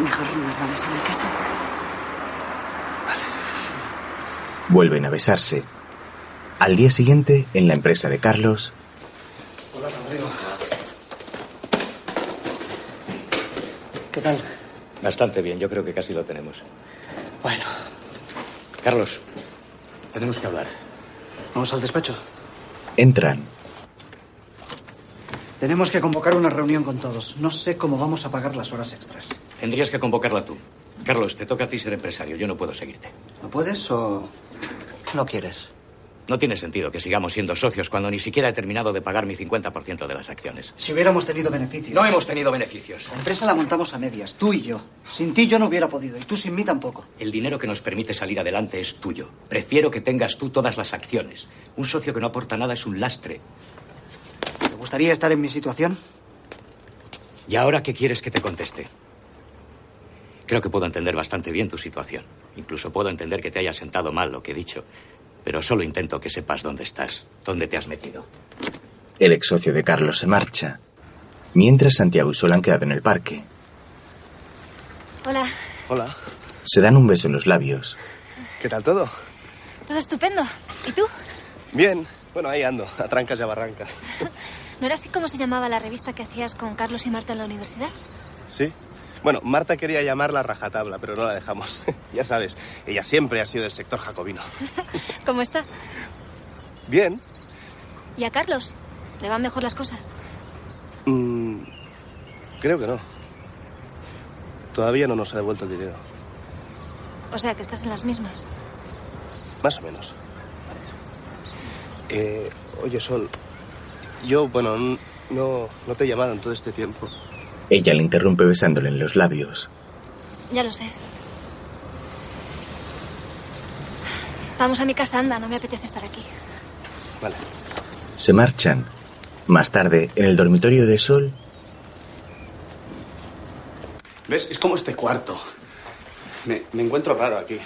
Speaker 12: Mejor nos vamos a mi casa.
Speaker 1: Vuelven a besarse. Al día siguiente, en la empresa de Carlos,
Speaker 4: Hola, Rodrigo. ¿Qué tal?
Speaker 13: Bastante bien, yo creo que casi lo tenemos.
Speaker 4: Bueno.
Speaker 13: Carlos, tenemos que hablar.
Speaker 4: Vamos al despacho.
Speaker 1: entran.
Speaker 4: Tenemos que convocar una reunión con todos. No sé cómo vamos a pagar las horas extras.
Speaker 13: Tendrías que convocarla tú. Carlos, te toca a ti ser empresario, yo no puedo seguirte.
Speaker 4: ¿No puedes o no quieres?
Speaker 13: No tiene sentido que sigamos siendo socios cuando ni siquiera he terminado de pagar mi 50% de las acciones.
Speaker 4: Si hubiéramos tenido beneficios.
Speaker 13: No hemos tenido beneficios.
Speaker 4: La empresa la montamos a medias, tú y yo. Sin ti yo no hubiera podido y tú sin mí tampoco.
Speaker 13: El dinero que nos permite salir adelante es tuyo. Prefiero que tengas tú todas las acciones. Un socio que no aporta nada es un lastre.
Speaker 4: ¿Te gustaría estar en mi situación?
Speaker 13: ¿Y ahora qué quieres que te conteste? Creo que puedo entender bastante bien tu situación. Incluso puedo entender que te haya sentado mal lo que he dicho. Pero solo intento que sepas dónde estás, dónde te has metido.
Speaker 1: El ex socio de Carlos se marcha, mientras Santiago y Sol han quedado en el parque.
Speaker 7: Hola,
Speaker 20: Hola.
Speaker 1: Se dan un beso en los labios.
Speaker 20: ¿Qué tal todo?
Speaker 7: todo estupendo. ¿Y tú?
Speaker 21: Bien. Bueno, ahí ando, a trancas y a barrancas.
Speaker 7: ¿No era así como se llamaba la revista que hacías con Carlos y Marta en la universidad?
Speaker 21: ¿Sí? Bueno, Marta quería llamarla rajatabla, pero no la dejamos. ya sabes, ella siempre ha sido del sector jacobino.
Speaker 7: ¿Cómo está?
Speaker 21: Bien.
Speaker 7: ¿Y a Carlos? ¿Le van mejor las cosas?
Speaker 21: Mm, creo que no. Todavía no nos ha devuelto el dinero.
Speaker 7: O sea, que estás en las mismas.
Speaker 21: Más o menos. Eh, oye, Sol, yo, bueno, n- no, no te he llamado en todo este tiempo.
Speaker 1: Ella le interrumpe besándole en los labios.
Speaker 7: Ya lo sé. Vamos a mi casa, anda, no me apetece estar aquí.
Speaker 1: Se marchan. Más tarde, en el dormitorio de Sol,
Speaker 2: ¿Ves? Es como este cuarto. Me, me encuentro raro aquí.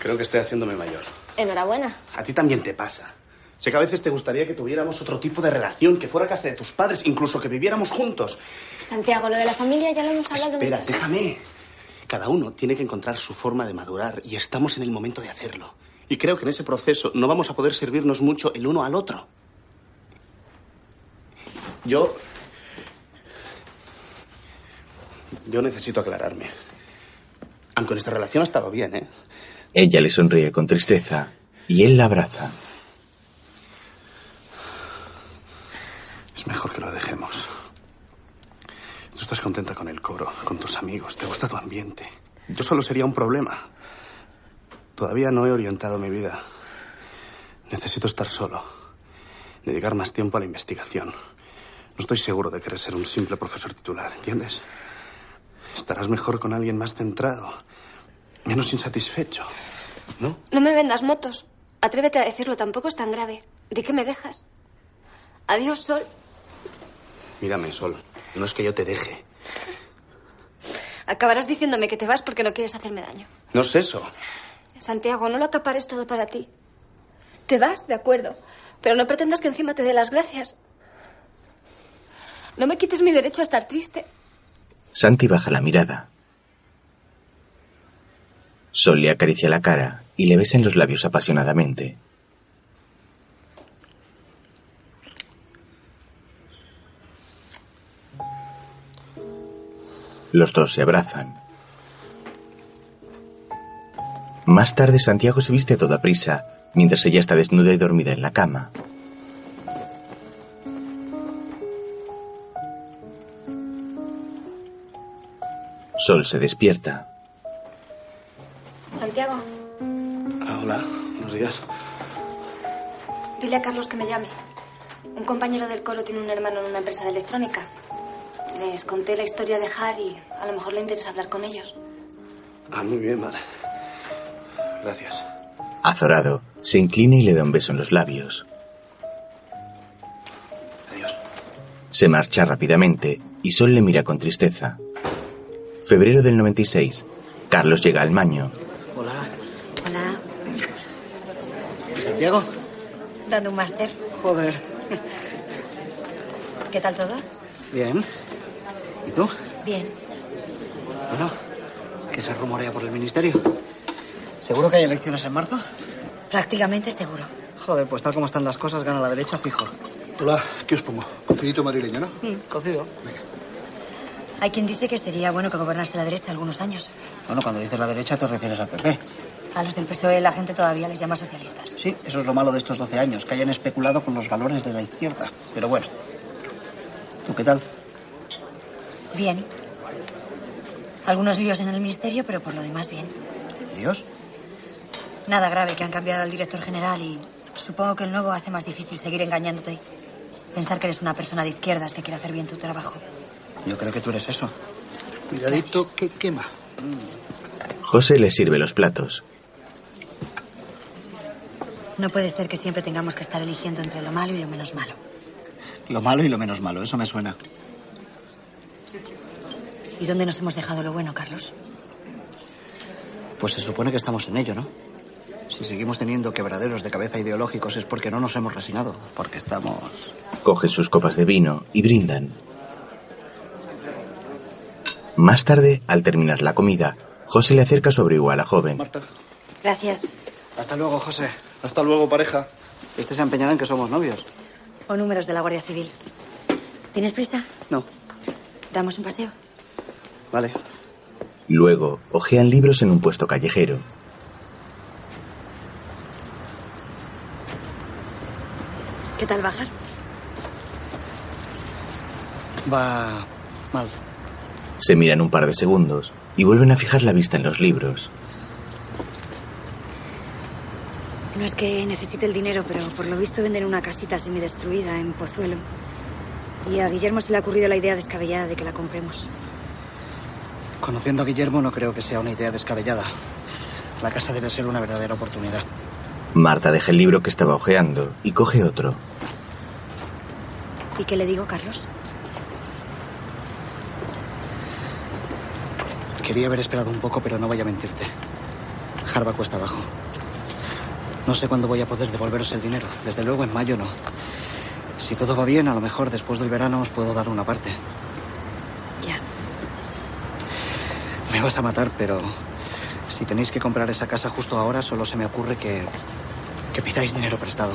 Speaker 2: Creo que estoy haciéndome mayor.
Speaker 7: Enhorabuena.
Speaker 2: A ti también te pasa. Sé que a veces te gustaría que tuviéramos otro tipo de relación, que fuera casa de tus padres, incluso que viviéramos juntos.
Speaker 7: Santiago, lo de la familia ya lo hemos hablado
Speaker 2: Espera,
Speaker 7: muchas veces.
Speaker 2: déjame. Cada uno tiene que encontrar su forma de madurar y estamos en el momento de hacerlo. Y creo que en ese proceso no vamos a poder servirnos mucho el uno al otro. Yo... Yo necesito aclararme. Aunque nuestra relación ha estado bien, ¿eh?
Speaker 1: ella le sonríe con tristeza y él la abraza.
Speaker 2: Es mejor que lo dejemos. Tú estás contenta con el coro, con tus amigos, te gusta tu ambiente. Yo solo sería un problema. Todavía no he orientado mi vida. Necesito estar solo. Dedicar más tiempo a la investigación. No estoy seguro de querer ser un simple profesor titular, ¿entiendes? Estarás mejor con alguien más centrado, menos insatisfecho.
Speaker 22: No me vendas motos. Atrévete a decirlo, tampoco es tan grave. ¿De qué me dejas? Adiós, Sol.
Speaker 2: Mírame, Sol. No es que yo te deje.
Speaker 22: Acabarás diciéndome que te vas porque no quieres hacerme daño.
Speaker 2: No es eso.
Speaker 22: Santiago, no lo acapares todo para ti. Te vas, de acuerdo, pero no pretendas que encima te dé las gracias. No me quites mi derecho a estar triste.
Speaker 1: Santi baja la mirada. Sol le acaricia la cara y le besa en los labios apasionadamente. Los dos se abrazan. Más tarde Santiago se viste a toda prisa, mientras ella está desnuda y dormida en la cama. Sol se despierta.
Speaker 7: Santiago,
Speaker 2: Ah, hola, buenos días.
Speaker 7: dile a Carlos que me llame. Un compañero del coro tiene un hermano en una empresa de electrónica. Les conté la historia de Harry. A lo mejor le interesa hablar con ellos.
Speaker 2: Ah, muy bien, vale. Gracias.
Speaker 1: Azorado, se inclina y le da un beso en los labios. Se marcha rápidamente y Sol le mira con tristeza. Febrero del 96. Carlos llega al maño.
Speaker 23: Hola. Hola.
Speaker 4: ¿Santiago?
Speaker 3: Dando un máster.
Speaker 4: Joder.
Speaker 3: ¿Qué tal todo?
Speaker 4: Bien. ¿Y tú?
Speaker 3: Bien.
Speaker 4: Bueno, ¿qué se rumorea por el ministerio? ¿Seguro que hay elecciones en marzo?
Speaker 3: Prácticamente seguro.
Speaker 4: Joder, pues tal como están las cosas, gana la derecha fijo.
Speaker 5: Hola, ¿qué os pongo? Cocidito madrileño, ¿no?
Speaker 4: cocido.
Speaker 3: Hay quien dice que sería bueno que gobernase la derecha algunos años.
Speaker 4: Bueno, cuando dices la derecha te refieres al PP.
Speaker 3: A los del PSOE E la gente todavía les llama socialistas.
Speaker 4: Sí, eso es lo malo de estos 12 años, que hayan especulado con los valores de la izquierda. Pero bueno. ¿Tú qué tal?
Speaker 3: Bien. Algunos líos en el ministerio, pero por lo demás bien.
Speaker 4: ¿Dios?
Speaker 3: Nada grave que han cambiado al director general y supongo que el nuevo hace más difícil seguir engañándote. Pensar que eres una persona de izquierdas que quiere hacer bien tu trabajo.
Speaker 4: Yo creo que tú eres eso.
Speaker 5: Cuidadito que quema.
Speaker 1: José le sirve los platos.
Speaker 3: No puede ser que siempre tengamos que estar eligiendo entre lo malo y lo menos malo.
Speaker 4: Lo malo y lo menos malo, eso me suena.
Speaker 3: ¿Y dónde nos hemos dejado lo bueno, Carlos?
Speaker 4: Pues se supone que estamos en ello, ¿no? Si seguimos teniendo quebraderos de cabeza ideológicos es porque no nos hemos resignado, porque estamos...
Speaker 1: Cogen sus copas de vino y brindan. Más tarde, al terminar la comida, José le acerca sobre igual a la joven.
Speaker 3: Gracias.
Speaker 4: Hasta luego, José.
Speaker 2: Hasta luego, pareja.
Speaker 4: Este se ha empeñado en que somos novios.
Speaker 3: O números de la Guardia Civil. ¿Tienes prisa?
Speaker 4: No.
Speaker 3: ¿Damos un paseo?
Speaker 4: Vale.
Speaker 1: Luego, ojean libros en un puesto callejero.
Speaker 3: ¿Qué tal bajar?
Speaker 4: Va mal.
Speaker 1: Se miran un par de segundos y vuelven a fijar la vista en los libros.
Speaker 3: No es que necesite el dinero, pero por lo visto venden una casita semidestruida en Pozuelo. Y a Guillermo se le ha ocurrido la idea descabellada de que la compremos.
Speaker 4: Conociendo a Guillermo no creo que sea una idea descabellada. La casa debe ser una verdadera oportunidad.
Speaker 1: Marta deja el libro que estaba ojeando y coge otro.
Speaker 3: ¿Y qué le digo, Carlos?
Speaker 4: Quería haber esperado un poco, pero no voy a mentirte. Harva cuesta abajo. No sé cuándo voy a poder devolveros el dinero. Desde luego en mayo no. Si todo va bien, a lo mejor después del verano os puedo dar una parte.
Speaker 3: Ya.
Speaker 4: Me vas a matar, pero si tenéis que comprar esa casa justo ahora, solo se me ocurre que que pidáis dinero prestado.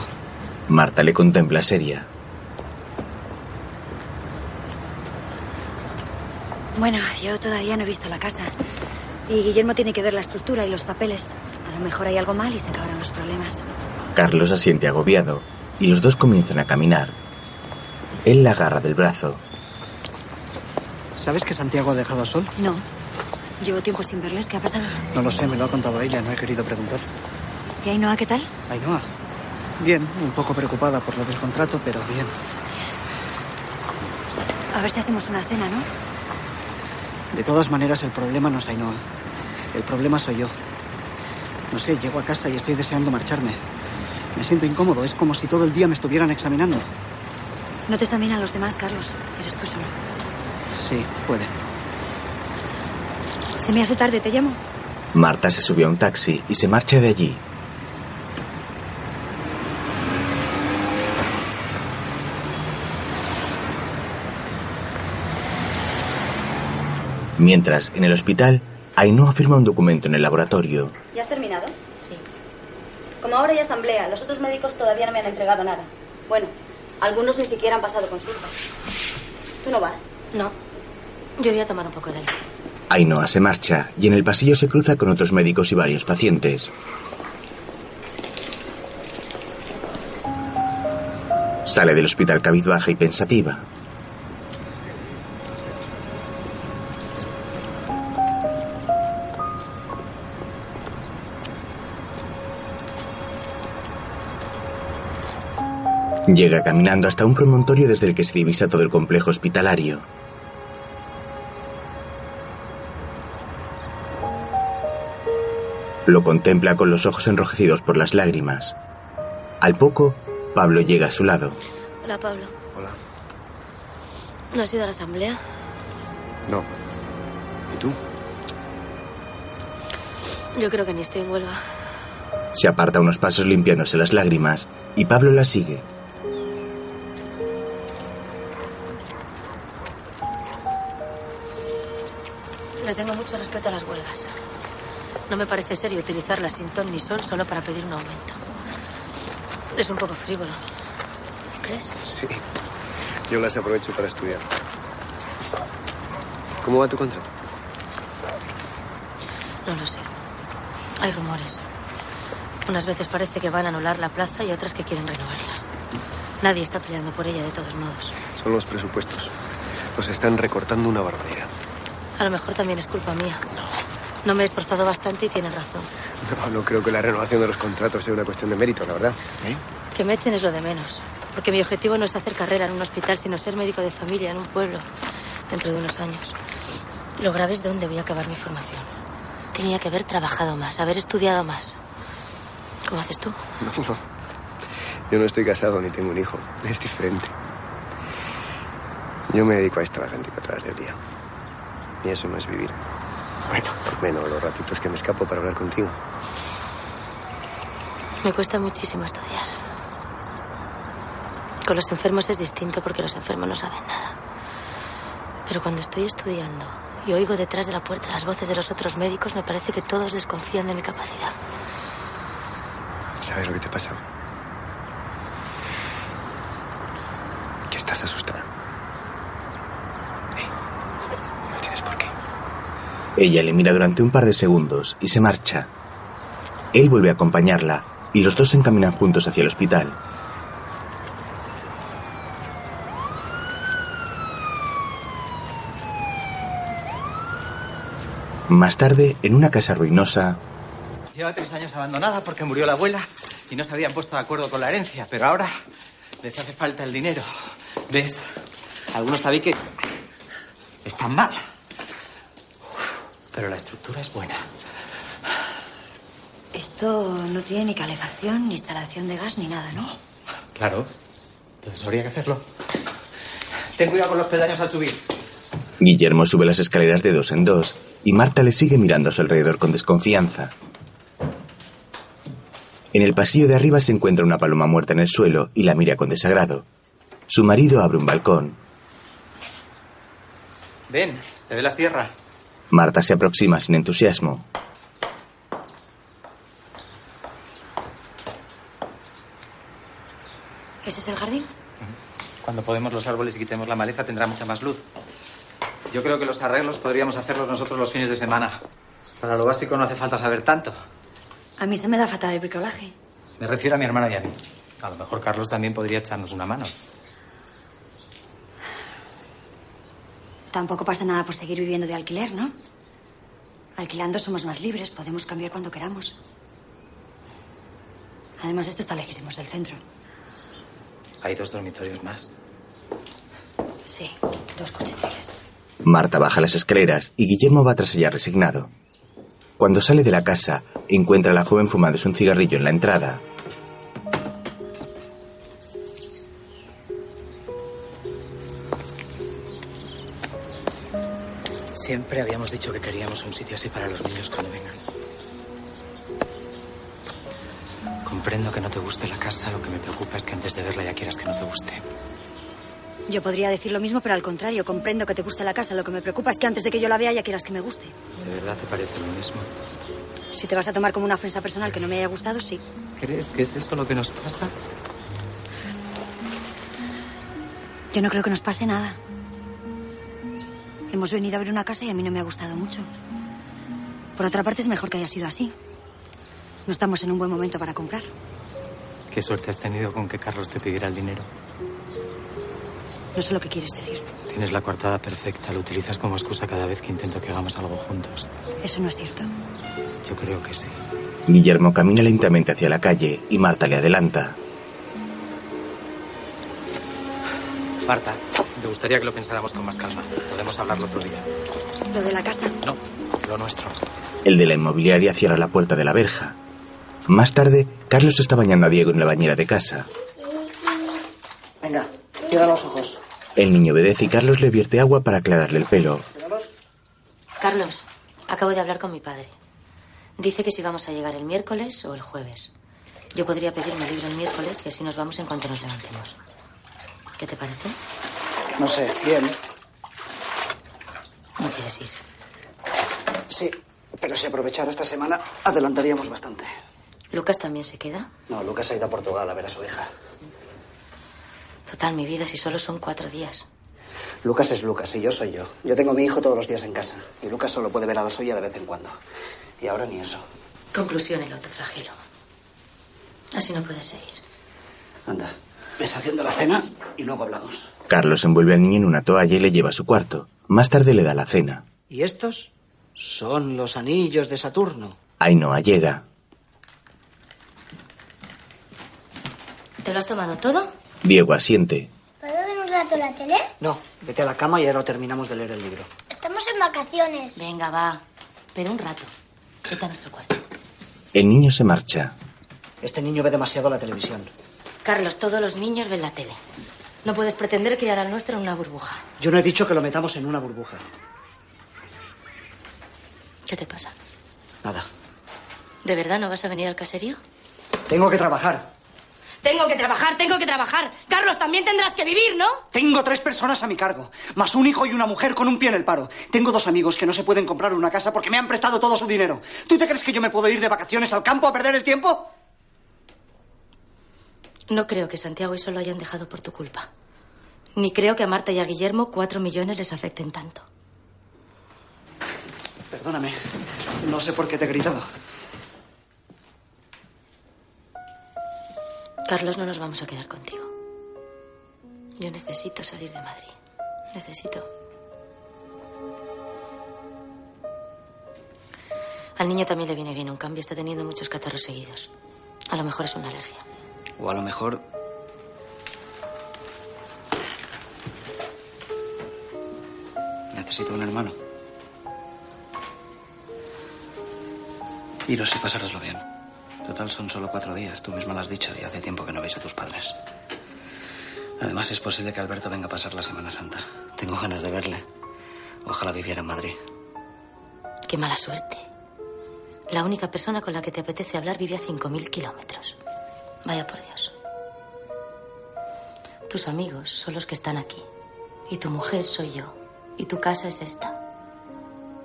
Speaker 1: Marta le contempla seria.
Speaker 3: Bueno, yo todavía no he visto la casa. Y Guillermo tiene que ver la estructura y los papeles. A lo mejor hay algo mal y se acabarán los problemas.
Speaker 1: Carlos asiente agobiado y los dos comienzan a caminar. Él la agarra del brazo.
Speaker 4: ¿Sabes que Santiago ha dejado a Sol?
Speaker 3: No. Llevo tiempo sin verles. ¿Qué ha pasado?
Speaker 4: No lo sé, me lo ha contado ella, no he querido preguntar.
Speaker 3: ¿Y Ainhoa qué tal?
Speaker 4: Ainhoa. Bien, un poco preocupada por lo del contrato, pero bien.
Speaker 3: A ver si hacemos una cena, ¿no?
Speaker 4: De todas maneras, el problema no es Ainhoa. El problema soy yo. No sé, llego a casa y estoy deseando marcharme. Me siento incómodo, es como si todo el día me estuvieran examinando.
Speaker 3: No te examinan los demás, Carlos. Eres tú solo.
Speaker 4: Sí, puede.
Speaker 3: Se me hace tarde, te llamo.
Speaker 1: Marta se sube a un taxi y se marcha de allí. Mientras, en el hospital, Ainhoa firma un documento en el laboratorio.
Speaker 24: ¿Ya has terminado? Sí. Como ahora hay asamblea, los otros médicos todavía no me han entregado nada. Bueno, algunos ni siquiera han pasado consulta. ¿Tú no vas?
Speaker 8: No. Yo voy a tomar un poco el aire.
Speaker 1: Ainhoa se marcha y en el pasillo se cruza con otros médicos y varios pacientes. Sale del hospital cabizbaja y pensativa. Llega caminando hasta un promontorio desde el que se divisa todo el complejo hospitalario. Lo contempla con los ojos enrojecidos por las lágrimas. Al poco, Pablo llega a su lado.
Speaker 8: Hola, Pablo.
Speaker 5: Hola.
Speaker 8: ¿No has ido a la asamblea?
Speaker 5: No. ¿Y tú?
Speaker 8: Yo creo que ni estoy en Huelva.
Speaker 1: Se aparta unos pasos limpiándose las lágrimas y Pablo la sigue.
Speaker 8: Le tengo mucho respeto a las huelgas. No me parece serio utilizarlas sin ton ni sol solo para pedir un aumento. Es un poco frívolo. ¿No ¿Crees?
Speaker 5: Sí. Yo las aprovecho para estudiar. ¿Cómo va tu contrato?
Speaker 8: No lo sé. Hay rumores. Unas veces parece que van a anular la plaza y otras que quieren renovarla. Nadie está peleando por ella de todos modos.
Speaker 5: Son los presupuestos. Los están recortando una barbaridad.
Speaker 8: A lo mejor también es culpa mía. No. me he esforzado bastante y tienen razón.
Speaker 5: No, no creo que la renovación de los contratos sea una cuestión de mérito, la verdad.
Speaker 8: Que me echen es lo de menos. Porque mi objetivo no es hacer carrera en un hospital, sino ser médico de familia en un pueblo dentro de unos años. Lo grave es dónde voy a acabar mi formación. Tenía que haber trabajado más, haber estudiado más. ¿Cómo haces tú?
Speaker 5: No, no. Yo no estoy casado ni tengo un hijo. Es diferente. Yo me dedico a esto las 24 horas del día. Y eso no es vivir. Bueno, al menos los ratitos que me escapo para hablar contigo.
Speaker 8: Me cuesta muchísimo estudiar. Con los enfermos es distinto porque los enfermos no saben nada. Pero cuando estoy estudiando y oigo detrás de la puerta las voces de los otros médicos, me parece que todos desconfían de mi capacidad.
Speaker 5: ¿Sabes lo que te pasa? Que estás asustada.
Speaker 1: Ella le mira durante un par de segundos y se marcha. Él vuelve a acompañarla y los dos se encaminan juntos hacia el hospital. Más tarde, en una casa ruinosa,
Speaker 6: Lleva tres años abandonada porque murió la abuela y no se habían puesto de acuerdo con la herencia, pero ahora les hace falta el dinero. ¿Ves? Algunos tabiques están mal. Pero la estructura es buena.
Speaker 25: Esto no tiene ni calefacción, ni instalación de gas, ni nada, ¿no?
Speaker 6: Claro. Entonces habría que hacerlo. Ten cuidado con los peldaños al subir.
Speaker 1: Guillermo sube las escaleras de dos en dos y Marta le sigue mirando a su alrededor con desconfianza. En el pasillo de arriba se encuentra una paloma muerta en el suelo y la mira con desagrado. Su marido abre un balcón.
Speaker 6: Ven, se ve la sierra.
Speaker 1: Marta se aproxima sin entusiasmo.
Speaker 25: ¿Ese es el jardín?
Speaker 6: Cuando podemos los árboles y quitemos la maleza tendrá mucha más luz. Yo creo que los arreglos podríamos hacerlos nosotros los fines de semana. Para lo básico no hace falta saber tanto.
Speaker 25: A mí se me da fatal el bricolaje.
Speaker 6: Me refiero a mi hermano y a mí. A lo mejor Carlos también podría echarnos una mano.
Speaker 25: Tampoco pasa nada por seguir viviendo de alquiler, ¿no? Alquilando somos más libres, podemos cambiar cuando queramos. Además, esto está lejísimos del centro.
Speaker 6: Hay dos dormitorios más.
Speaker 25: Sí, dos cuchitriles.
Speaker 1: Marta baja las escaleras y Guillermo va tras ella resignado. Cuando sale de la casa, encuentra a la joven fumándose un cigarrillo en la entrada.
Speaker 6: Siempre habíamos dicho que queríamos un sitio así para los niños cuando vengan. Comprendo que no te guste la casa, lo que me preocupa es que antes de verla ya quieras que no te guste.
Speaker 25: Yo podría decir lo mismo, pero al contrario, comprendo que te guste la casa. Lo que me preocupa es que antes de que yo la vea ya quieras que me guste.
Speaker 26: ¿De verdad te parece lo mismo?
Speaker 25: Si te vas a tomar como una ofensa personal que no me haya gustado, sí.
Speaker 26: ¿Crees que es eso lo que nos pasa?
Speaker 25: Yo no creo que nos pase nada. Hemos venido a ver una casa y a mí no me ha gustado mucho. Por otra parte, es mejor que haya sido así. No estamos en un buen momento para comprar.
Speaker 6: Qué suerte has tenido con que Carlos te pidiera el dinero.
Speaker 25: No sé lo que quieres decir.
Speaker 6: Tienes la coartada perfecta, lo utilizas como excusa cada vez que intento que hagamos algo juntos.
Speaker 25: Eso no es cierto.
Speaker 6: Yo creo que sí.
Speaker 1: Guillermo camina lentamente hacia la calle y Marta le adelanta.
Speaker 6: Marta, me gustaría que lo pensáramos con más calma. Podemos hablarlo otro día.
Speaker 25: Lo de la casa.
Speaker 6: No, lo nuestro.
Speaker 1: El de la inmobiliaria cierra la puerta de la verja. Más tarde, Carlos está bañando a Diego en la bañera de casa.
Speaker 4: Venga, cierra los ojos.
Speaker 1: El niño obedece y Carlos le vierte agua para aclararle el pelo.
Speaker 8: Carlos, acabo de hablar con mi padre. Dice que si vamos a llegar el miércoles o el jueves. Yo podría pedirme libre el miércoles y así nos vamos en cuanto nos levantemos. ¿Qué te parece?
Speaker 4: No sé, bien.
Speaker 8: ¿No quieres ir?
Speaker 4: Sí, pero si aprovechara esta semana, adelantaríamos bastante.
Speaker 8: ¿Lucas también se queda?
Speaker 4: No, Lucas ha ido a Portugal a ver a su hija.
Speaker 8: Total, mi vida, si solo son cuatro días.
Speaker 4: Lucas es Lucas y yo soy yo. Yo tengo a mi hijo todos los días en casa. Y Lucas solo puede ver a la suya de vez en cuando. Y ahora ni eso.
Speaker 8: Conclusión, el autoflagelo. Así no puedes seguir.
Speaker 4: Anda, ves haciendo la cena y luego hablamos.
Speaker 1: Carlos envuelve al niño en una toalla y le lleva a su cuarto. Más tarde le da la cena.
Speaker 4: ¿Y estos? Son los anillos de Saturno.
Speaker 1: Ainhoa llega.
Speaker 8: ¿Te lo has tomado todo?
Speaker 1: Diego asiente.
Speaker 15: ¿Puedo ver un rato la tele?
Speaker 4: No, vete a la cama y ahora terminamos de leer el libro.
Speaker 15: Estamos en vacaciones.
Speaker 8: Venga, va. Pero un rato. Vete a nuestro cuarto.
Speaker 1: El niño se marcha.
Speaker 4: Este niño ve demasiado la televisión.
Speaker 8: Carlos, todos los niños ven la tele. No puedes pretender criar al nuestro en una burbuja.
Speaker 4: Yo no he dicho que lo metamos en una burbuja.
Speaker 8: ¿Qué te pasa?
Speaker 4: Nada.
Speaker 8: ¿De verdad no vas a venir al caserío?
Speaker 4: Tengo que trabajar.
Speaker 8: Tengo que trabajar, tengo que trabajar. Carlos, también tendrás que vivir, ¿no?
Speaker 4: Tengo tres personas a mi cargo, más un hijo y una mujer con un pie en el paro. Tengo dos amigos que no se pueden comprar una casa porque me han prestado todo su dinero. ¿Tú te crees que yo me puedo ir de vacaciones al campo a perder el tiempo?
Speaker 8: No creo que Santiago y eso lo hayan dejado por tu culpa. Ni creo que a Marta y a Guillermo cuatro millones les afecten tanto.
Speaker 4: Perdóname, no sé por qué te he gritado.
Speaker 8: Carlos, no nos vamos a quedar contigo. Yo necesito salir de Madrid. Necesito. Al niño también le viene bien un cambio. Está teniendo muchos catarros seguidos. A lo mejor es una alergia.
Speaker 4: O a lo mejor... Necesito un hermano. Iros y pasároslo bien. Total son solo cuatro días, tú misma lo has dicho, y hace tiempo que no veis a tus padres. Además, es posible que Alberto venga a pasar la Semana Santa. Tengo ganas de verle. Ojalá viviera en Madrid.
Speaker 8: Qué mala suerte. La única persona con la que te apetece hablar vive a 5.000 kilómetros. Vaya por Dios. Tus amigos son los que están aquí. Y tu mujer soy yo. Y tu casa es esta.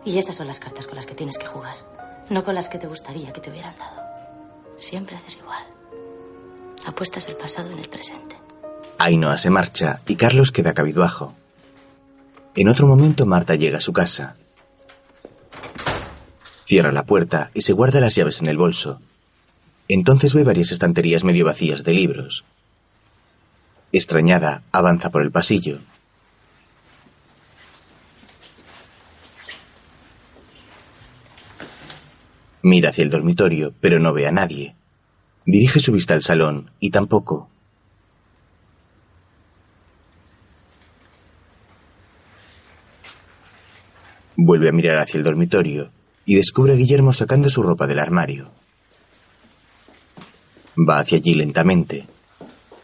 Speaker 8: Y esas son las cartas con las que tienes que jugar. No con las que te gustaría que te hubieran dado. Siempre haces igual. Apuestas el pasado en el presente.
Speaker 1: Ainhoa se marcha y Carlos queda cabizbajo. En otro momento Marta llega a su casa. Cierra la puerta y se guarda las llaves en el bolso. Entonces ve varias estanterías medio vacías de libros. Extrañada, avanza por el pasillo. Mira hacia el dormitorio, pero no ve a nadie. Dirige su vista al salón y tampoco. Vuelve a mirar hacia el dormitorio y descubre a Guillermo sacando su ropa del armario. Va hacia allí lentamente.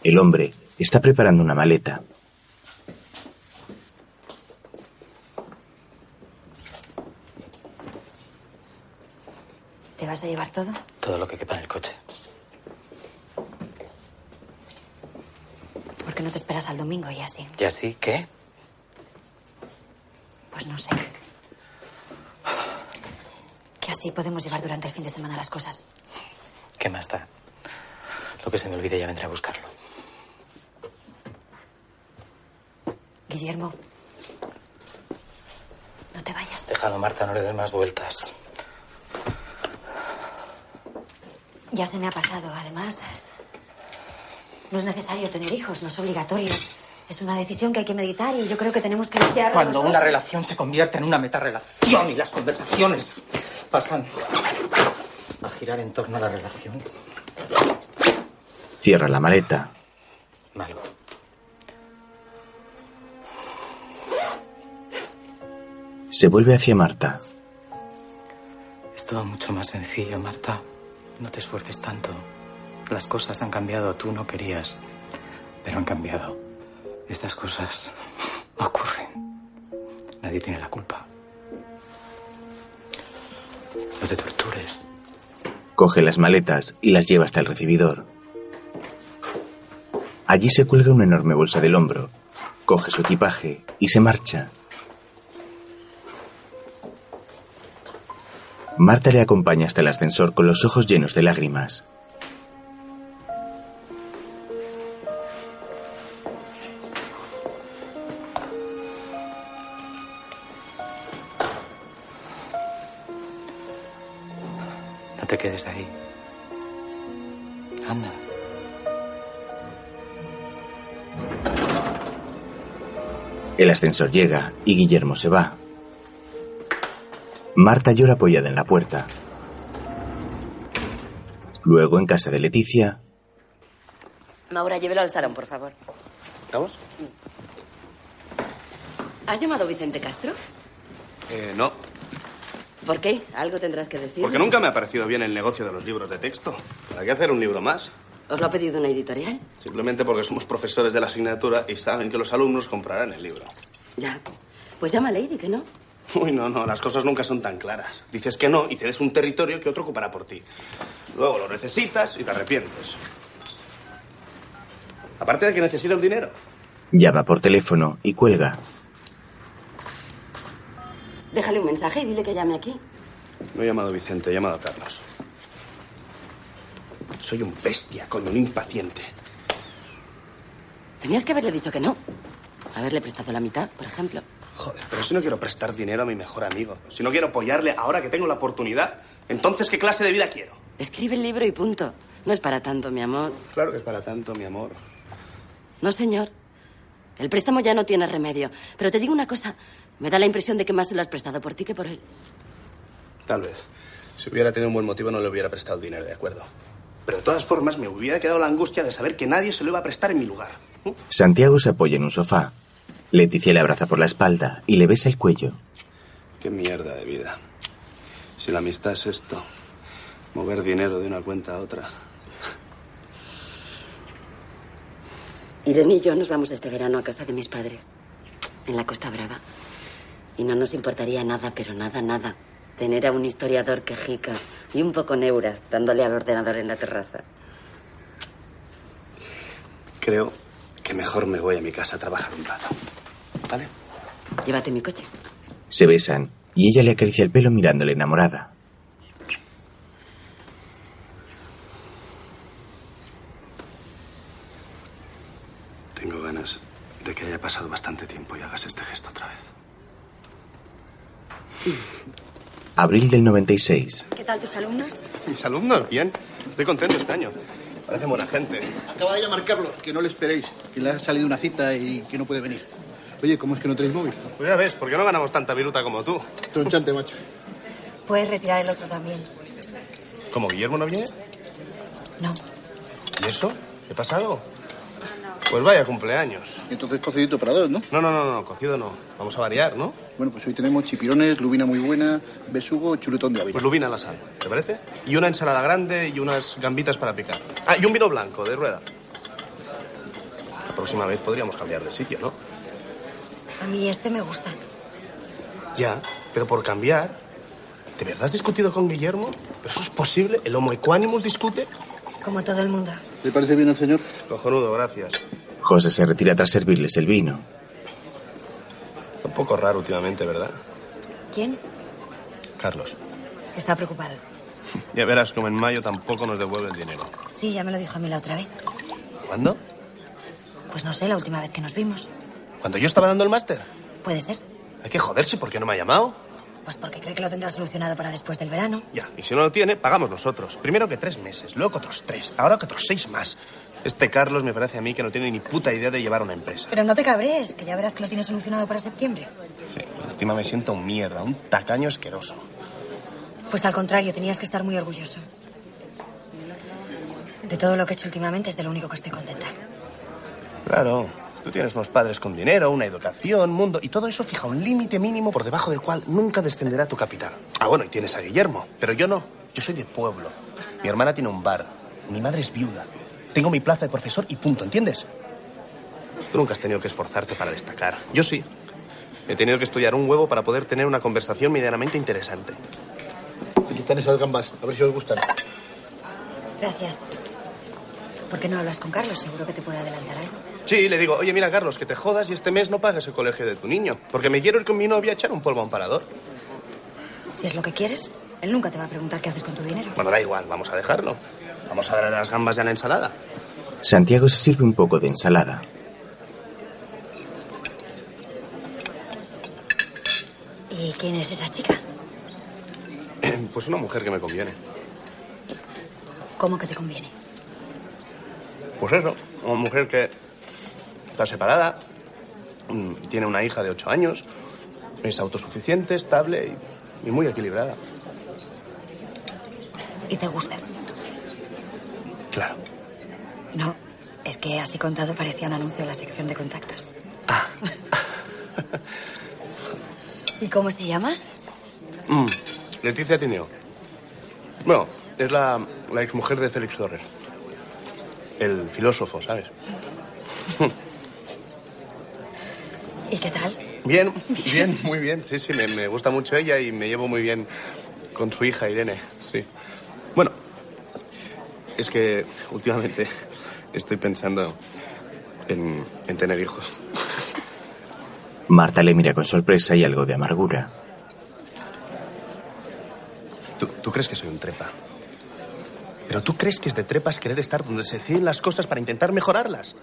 Speaker 1: El hombre está preparando una maleta.
Speaker 25: ¿Te vas a llevar todo?
Speaker 6: Todo lo que quepa en el coche.
Speaker 25: Porque
Speaker 3: no te esperas al domingo y así?
Speaker 6: ¿Y así qué?
Speaker 3: Pues no sé. Que así podemos llevar durante el fin de semana las cosas.
Speaker 6: ¿Qué más da? Lo que se me olvide ya vendré a buscarlo.
Speaker 3: Guillermo, no te vayas.
Speaker 6: Déjalo, Marta, no le des más vueltas.
Speaker 3: Ya se me ha pasado. Además, no es necesario tener hijos, no es obligatorio. Es una decisión que hay que meditar y yo creo que tenemos que desear.
Speaker 27: Cuando una relación se convierte en una metarrelación y las conversaciones pasan a girar en torno a la relación.
Speaker 1: Cierra la maleta.
Speaker 6: Malo.
Speaker 1: Se vuelve hacia Marta.
Speaker 6: Es todo mucho más sencillo, Marta. No te esfuerces tanto. Las cosas han cambiado. Tú no querías, pero han cambiado. Estas cosas ocurren. Nadie tiene la culpa. No te tortures.
Speaker 1: Coge las maletas y las lleva hasta el recibidor. Allí se cuelga una enorme bolsa del hombro, coge su equipaje y se marcha. Marta le acompaña hasta el ascensor con los ojos llenos de lágrimas.
Speaker 6: No te quedes ahí. Anda.
Speaker 1: El ascensor llega y Guillermo se va. Marta llora apoyada en la puerta. Luego, en casa de Leticia,
Speaker 12: Maura, llévelo al salón, por favor. Mm.
Speaker 28: ¿Estamos?
Speaker 12: ¿Has llamado a Vicente Castro?
Speaker 2: Eh, no,
Speaker 12: ¿Por qué? Algo tendrás que decir.
Speaker 2: porque nunca me ha parecido bien el negocio de los libros de texto. ¿Para qué hacer un libro más?
Speaker 12: ¿Os lo ha pedido una editorial?
Speaker 2: Simplemente porque somos profesores de la asignatura y saben que los alumnos comprarán el libro.
Speaker 12: Ya. Pues llama a Lady, que no.
Speaker 2: Uy, no, no, las cosas nunca son tan claras. Dices que no y cedes un territorio que otro ocupará por ti. Luego lo necesitas y te arrepientes. Aparte de que necesita el dinero.
Speaker 1: llama por teléfono y cuelga.
Speaker 12: Déjale un mensaje y dile que llame aquí.
Speaker 2: No he llamado a Vicente, he llamado a Carlos. Soy un bestia, coño, un impaciente.
Speaker 12: Tenías que haberle dicho que no. Haberle prestado la mitad, por ejemplo.
Speaker 2: Joder, pero si no quiero prestar dinero a mi mejor amigo, si no quiero apoyarle ahora que tengo la oportunidad, entonces ¿qué clase de vida quiero?
Speaker 12: Escribe el libro y punto. No es para tanto, mi amor.
Speaker 2: Claro que es para tanto, mi amor.
Speaker 12: No, señor. El préstamo ya no tiene remedio. Pero te digo una cosa. Me da la impresión de que más se lo has prestado por ti que por él.
Speaker 2: Tal vez. Si hubiera tenido un buen motivo no le hubiera prestado el dinero, de acuerdo. Pero de todas formas me hubiera quedado la angustia de saber que nadie se lo iba a prestar en mi lugar.
Speaker 1: Santiago se apoya en un sofá. Leticia le abraza por la espalda y le besa el cuello.
Speaker 2: Qué mierda de vida. Si la amistad es esto, mover dinero de una cuenta a otra.
Speaker 12: Irene y yo nos vamos este verano a casa de mis padres, en la Costa Brava. Y no nos importaría nada, pero nada, nada, tener a un historiador quejica y un poco neuras dándole al ordenador en la terraza.
Speaker 2: Creo que mejor me voy a mi casa a trabajar un rato. ¿Vale?
Speaker 12: Llévate mi coche.
Speaker 1: Se besan y ella le acaricia el pelo mirándole enamorada.
Speaker 2: Tengo ganas de que haya pasado bastante tiempo y hagas este gesto otra vez.
Speaker 1: Abril del 96.
Speaker 29: ¿Qué tal tus alumnos?
Speaker 2: Mis alumnos, bien. Estoy contento este año. Parecen buena gente.
Speaker 5: Acaba de llamar Carlos, que no le esperéis, que le ha salido una cita y que no puede venir. Oye, ¿cómo es que no tenéis móvil?
Speaker 2: Pues ya ves, ¿por qué no ganamos tanta viruta como tú?
Speaker 5: Tronchante, macho.
Speaker 29: Puedes retirar el otro también.
Speaker 2: ¿Como Guillermo no viene?
Speaker 29: No.
Speaker 2: ¿Y eso? ¿Le pasa algo? Pues vaya cumpleaños.
Speaker 5: Entonces cocidito para dos, ¿no?
Speaker 2: No, no, no, no, cocido no. Vamos a variar, ¿no?
Speaker 5: Bueno, pues hoy tenemos chipirones, lubina muy buena, besugo, chuletón de
Speaker 2: Pues
Speaker 5: ávila.
Speaker 2: lubina a la sal, ¿te parece? Y una ensalada grande y unas gambitas para picar. Ah, y un vino blanco, de rueda. La próxima vez podríamos cambiar de sitio, ¿no?
Speaker 29: A mí este me gusta.
Speaker 2: Ya, pero por cambiar... ¿De verdad has discutido con Guillermo? ¿Pero eso es posible? ¿El homo equanimus discute?
Speaker 29: Como todo el mundo.
Speaker 5: ¿Le parece bien al señor?
Speaker 2: Cojonudo, gracias.
Speaker 1: José se retira tras servirles el vino.
Speaker 2: Un poco raro últimamente, ¿verdad?
Speaker 3: ¿Quién?
Speaker 2: Carlos.
Speaker 3: Está preocupado.
Speaker 2: Ya verás como en mayo tampoco nos devuelve el dinero.
Speaker 3: Sí, ya me lo dijo a mí la otra vez.
Speaker 2: ¿Cuándo?
Speaker 3: Pues no sé, la última vez que nos vimos.
Speaker 2: ¿Cuando yo estaba dando el máster?
Speaker 3: Puede ser.
Speaker 2: Hay que joderse, ¿por qué no me ha llamado?
Speaker 3: Pues porque cree que lo tendrá solucionado para después del verano.
Speaker 2: Ya, y si no lo tiene, pagamos nosotros. Primero que tres meses, luego que otros tres, ahora que otros seis más. Este Carlos me parece a mí que no tiene ni puta idea de llevar una empresa.
Speaker 3: Pero no te cabrees, que ya verás que lo tiene solucionado para septiembre.
Speaker 2: Encima me siento un mierda, un tacaño asqueroso.
Speaker 3: Pues al contrario, tenías que estar muy orgulloso. De todo lo que he hecho últimamente es de lo único que estoy contenta.
Speaker 2: Claro, tú tienes unos padres con dinero, una educación, mundo, y todo eso fija un límite mínimo por debajo del cual nunca descenderá tu capital. Ah, bueno, y tienes a Guillermo, pero yo no. Yo soy de pueblo. Mi hermana tiene un bar. Mi madre es viuda. Tengo mi plaza de profesor y punto, ¿entiendes? Tú nunca has tenido que esforzarte para destacar. Yo sí. He tenido que estudiar un huevo para poder tener una conversación medianamente interesante.
Speaker 30: Aquí están esas gambas, a ver si os gustan.
Speaker 3: Gracias. ¿Por qué no hablas con Carlos? Seguro que te puede adelantar algo.
Speaker 2: Sí, le digo, oye, mira, Carlos, que te jodas y este mes no pagas el colegio de tu niño, porque me quiero ir con mi novia a echar un polvo a un parador.
Speaker 3: Si es lo que quieres, él nunca te va a preguntar qué haces con tu dinero.
Speaker 2: Bueno, da igual, vamos a dejarlo. Vamos a darle las gambas ya en la ensalada.
Speaker 1: Santiago se sirve un poco de ensalada.
Speaker 3: ¿Y quién es esa chica?
Speaker 2: Pues una mujer que me conviene.
Speaker 3: ¿Cómo que te conviene?
Speaker 2: Pues eso, una mujer que está separada, mm, tiene una hija de ocho años, es autosuficiente, estable y, y muy equilibrada.
Speaker 3: ¿Y te gusta?
Speaker 2: Claro.
Speaker 3: No, es que así contado parecía un anuncio en la sección de contactos. ¿Y cómo se llama?
Speaker 2: Mm, Leticia Tineo. Bueno, es la, la exmujer de Félix Torres. El filósofo, ¿sabes?
Speaker 3: ¿Y qué tal?
Speaker 2: Bien, bien, muy bien. Sí, sí, me, me gusta mucho ella y me llevo muy bien con su hija Irene. Sí. Bueno, es que últimamente estoy pensando en, en tener hijos.
Speaker 1: Marta le mira con sorpresa y algo de amargura.
Speaker 2: ¿Tú, tú crees que soy un trepa? Pero tú crees que es de trepas querer estar donde se deciden las cosas para intentar mejorarlas.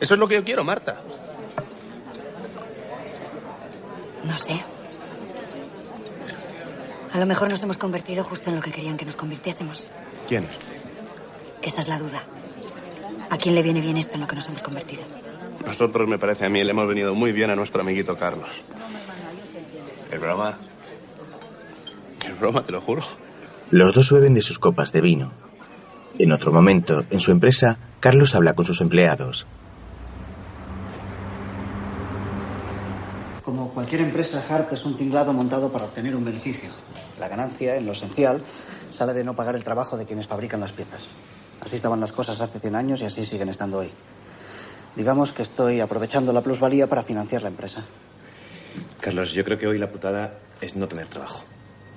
Speaker 2: Eso es lo que yo quiero, Marta.
Speaker 3: No sé. A lo mejor nos hemos convertido justo en lo que querían que nos convirtiésemos.
Speaker 2: ¿Quién?
Speaker 3: Esa es la duda. ¿A quién le viene bien esto en lo que nos hemos convertido?
Speaker 2: Nosotros, me parece a mí, le hemos venido muy bien a nuestro amiguito Carlos. ¿Es broma? Es broma, te lo juro.
Speaker 1: Los dos beben de sus copas de vino. En otro momento, en su empresa, Carlos habla con sus empleados.
Speaker 4: Como cualquier empresa, Hart es un tinglado montado para obtener un beneficio. La ganancia, en lo esencial, sale de no pagar el trabajo de quienes fabrican las piezas. Así estaban las cosas hace 100 años y así siguen estando hoy. Digamos que estoy aprovechando la plusvalía para financiar la empresa.
Speaker 18: Carlos, yo creo que hoy la putada es no tener trabajo.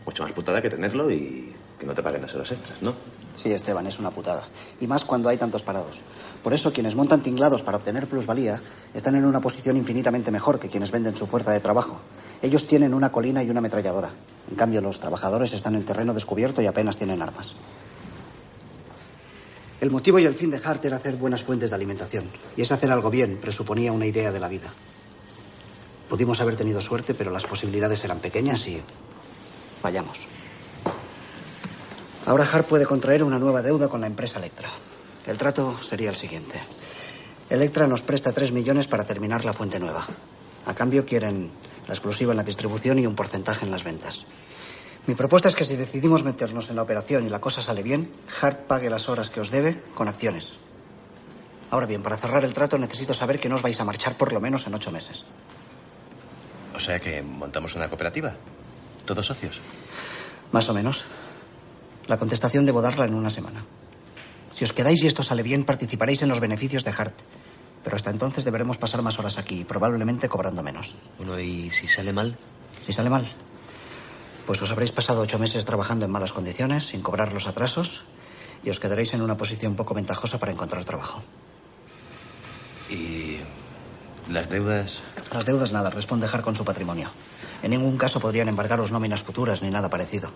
Speaker 18: Mucho más putada que tenerlo y que no te paguen las horas extras, ¿no?
Speaker 4: Sí, Esteban, es una putada. Y más cuando hay tantos parados. Por eso quienes montan tinglados para obtener plusvalía están en una posición infinitamente mejor que quienes venden su fuerza de trabajo. Ellos tienen una colina y una ametralladora. En cambio, los trabajadores están en el terreno descubierto y apenas tienen armas. El motivo y el fin de Hart era hacer buenas fuentes de alimentación. Y es hacer algo bien, presuponía una idea de la vida. Pudimos haber tenido suerte, pero las posibilidades eran pequeñas y Vayamos. Ahora Hart puede contraer una nueva deuda con la empresa Electra. El trato sería el siguiente. Electra nos presta 3 millones para terminar la fuente nueva. A cambio quieren la exclusiva en la distribución y un porcentaje en las ventas. Mi propuesta es que si decidimos meternos en la operación y la cosa sale bien, Hart pague las horas que os debe con acciones. Ahora bien, para cerrar el trato necesito saber que no os vais a marchar por lo menos en ocho meses.
Speaker 18: O sea que montamos una cooperativa. Todos socios.
Speaker 4: Más o menos. La contestación debo darla en una semana. Si os quedáis y esto sale bien, participaréis en los beneficios de Hart. Pero hasta entonces deberemos pasar más horas aquí, probablemente cobrando menos.
Speaker 18: Bueno, ¿y si sale mal?
Speaker 4: Si sale mal, pues os habréis pasado ocho meses trabajando en malas condiciones, sin cobrar los atrasos, y os quedaréis en una posición poco ventajosa para encontrar trabajo.
Speaker 18: ¿Y las deudas?
Speaker 4: Las deudas nada, responde Hart con su patrimonio. En ningún caso podrían embargaros nóminas futuras ni nada parecido.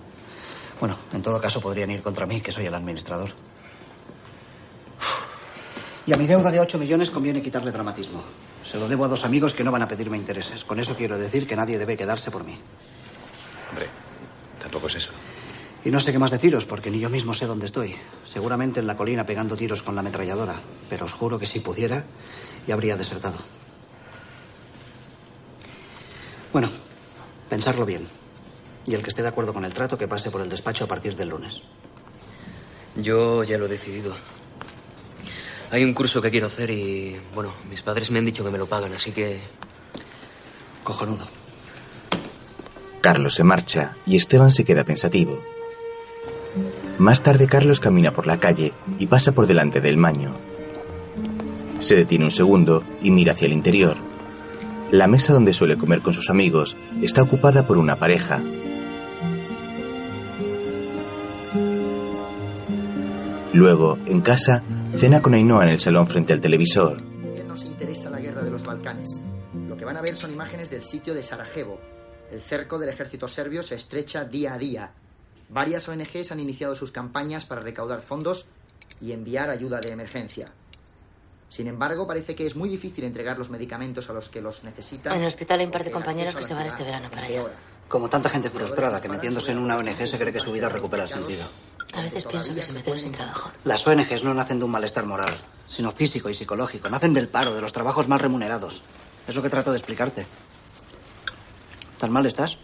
Speaker 4: Bueno, en todo caso podrían ir contra mí, que soy el administrador. Y a mi deuda de 8 millones conviene quitarle dramatismo. Se lo debo a dos amigos que no van a pedirme intereses. Con eso quiero decir que nadie debe quedarse por mí.
Speaker 18: Hombre, tampoco es eso.
Speaker 4: Y no sé qué más deciros, porque ni yo mismo sé dónde estoy. Seguramente en la colina pegando tiros con la ametralladora. Pero os juro que si pudiera, ya habría desertado. Bueno, pensarlo bien. Y el que esté de acuerdo con el trato, que pase por el despacho a partir del lunes.
Speaker 2: Yo ya lo he decidido. Hay un curso que quiero hacer y, bueno, mis padres me han dicho que me lo pagan, así que...
Speaker 4: Cojonudo.
Speaker 1: Carlos se marcha y Esteban se queda pensativo. Más tarde Carlos camina por la calle y pasa por delante del maño. Se detiene un segundo y mira hacia el interior. La mesa donde suele comer con sus amigos está ocupada por una pareja. Luego, en casa, cena con Ainhoa en el salón frente al televisor.
Speaker 31: Bien nos interesa la guerra de los Balcanes. Lo que van a ver son imágenes del sitio de Sarajevo. El cerco del ejército serbio se estrecha día a día. Varias ONGs han iniciado sus campañas para recaudar fondos y enviar ayuda de emergencia. Sin embargo, parece que es muy difícil entregar los medicamentos a los que los necesitan.
Speaker 8: En el hospital hay un par de
Speaker 31: porque el
Speaker 8: compañeros
Speaker 31: acceso a
Speaker 8: que
Speaker 31: la
Speaker 8: se van
Speaker 31: ciudad
Speaker 8: este verano para allá.
Speaker 31: empeora.
Speaker 4: Como tanta gente frustrada que metiéndose en una ONG se cree que su vida recupera sentido.
Speaker 8: A veces pienso que si me quedo sin trabajo.
Speaker 4: Las ONGs no nacen de un malestar moral, sino físico y psicológico. Nacen del paro, de los trabajos mal remunerados. Es lo que trato de explicarte. ¿Tan mal estás?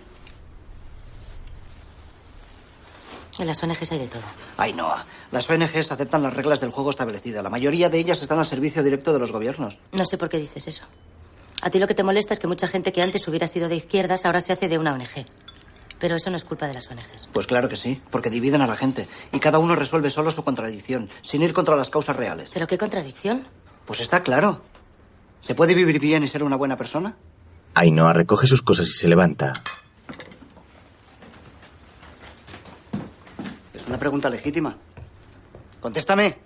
Speaker 8: En las ONGs hay de todo.
Speaker 4: Ay, no. Las ONGs aceptan las reglas del juego establecida. La mayoría de ellas están al servicio directo de los gobiernos.
Speaker 8: No sé por qué dices eso. A ti lo que te molesta es que mucha gente que antes hubiera sido de izquierdas ahora se hace de una ONG. Pero eso no es culpa de las ONGs.
Speaker 4: Pues claro que sí, porque dividen a la gente y cada uno resuelve solo su contradicción, sin ir contra las causas reales.
Speaker 8: Pero qué contradicción.
Speaker 4: Pues está claro. ¿Se puede vivir bien y ser una buena persona?
Speaker 1: Ainhoa recoge sus cosas y se levanta.
Speaker 4: Es una pregunta legítima. Contéstame.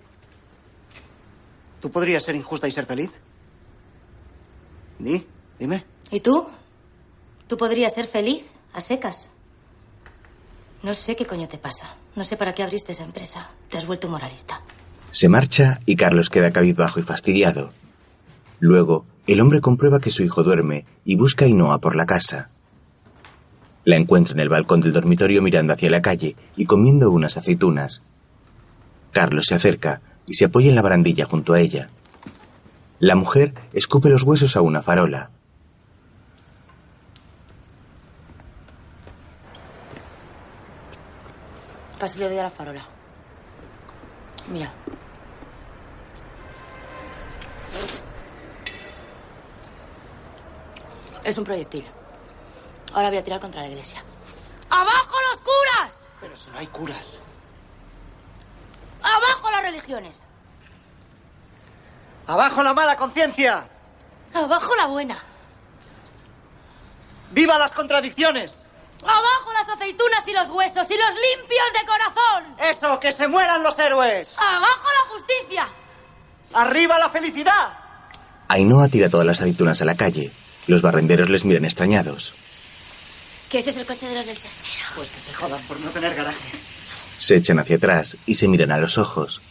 Speaker 4: ¿Tú podrías ser injusta y ser feliz? Di, dime.
Speaker 8: ¿Y tú? ¿Tú podrías ser feliz a secas? No sé qué coño te pasa. No sé para qué abriste esa empresa. Te has vuelto moralista.
Speaker 1: Se marcha y Carlos queda cabizbajo y fastidiado. Luego, el hombre comprueba que su hijo duerme y busca a Ainhoa por la casa. La encuentra en el balcón del dormitorio mirando hacia la calle y comiendo unas aceitunas. Carlos se acerca y se apoya en la barandilla junto a ella. La mujer escupe los huesos a una farola.
Speaker 8: Casi le doy a la farola. Mira. Es un proyectil. Ahora voy a tirar contra la iglesia. ¡Abajo los curas!
Speaker 4: Pero si no hay curas.
Speaker 8: ¡Abajo las religiones!
Speaker 4: ¡Abajo la mala conciencia!
Speaker 8: ¡Abajo la buena!
Speaker 4: ¡Viva las contradicciones!
Speaker 8: ¡Abajo las aceitunas y los huesos y los limpios de corazón!
Speaker 4: ¡Eso, que se mueran los héroes!
Speaker 8: ¡Abajo la justicia!
Speaker 4: ¡Arriba la felicidad!
Speaker 1: Ainhoa tira todas las aceitunas a la calle. Los barrenderos les miran extrañados.
Speaker 8: Que ese es el coche de los del tercero.
Speaker 4: Pues que te jodan por no tener garaje.
Speaker 1: Se echan hacia atrás y se miran a los ojos.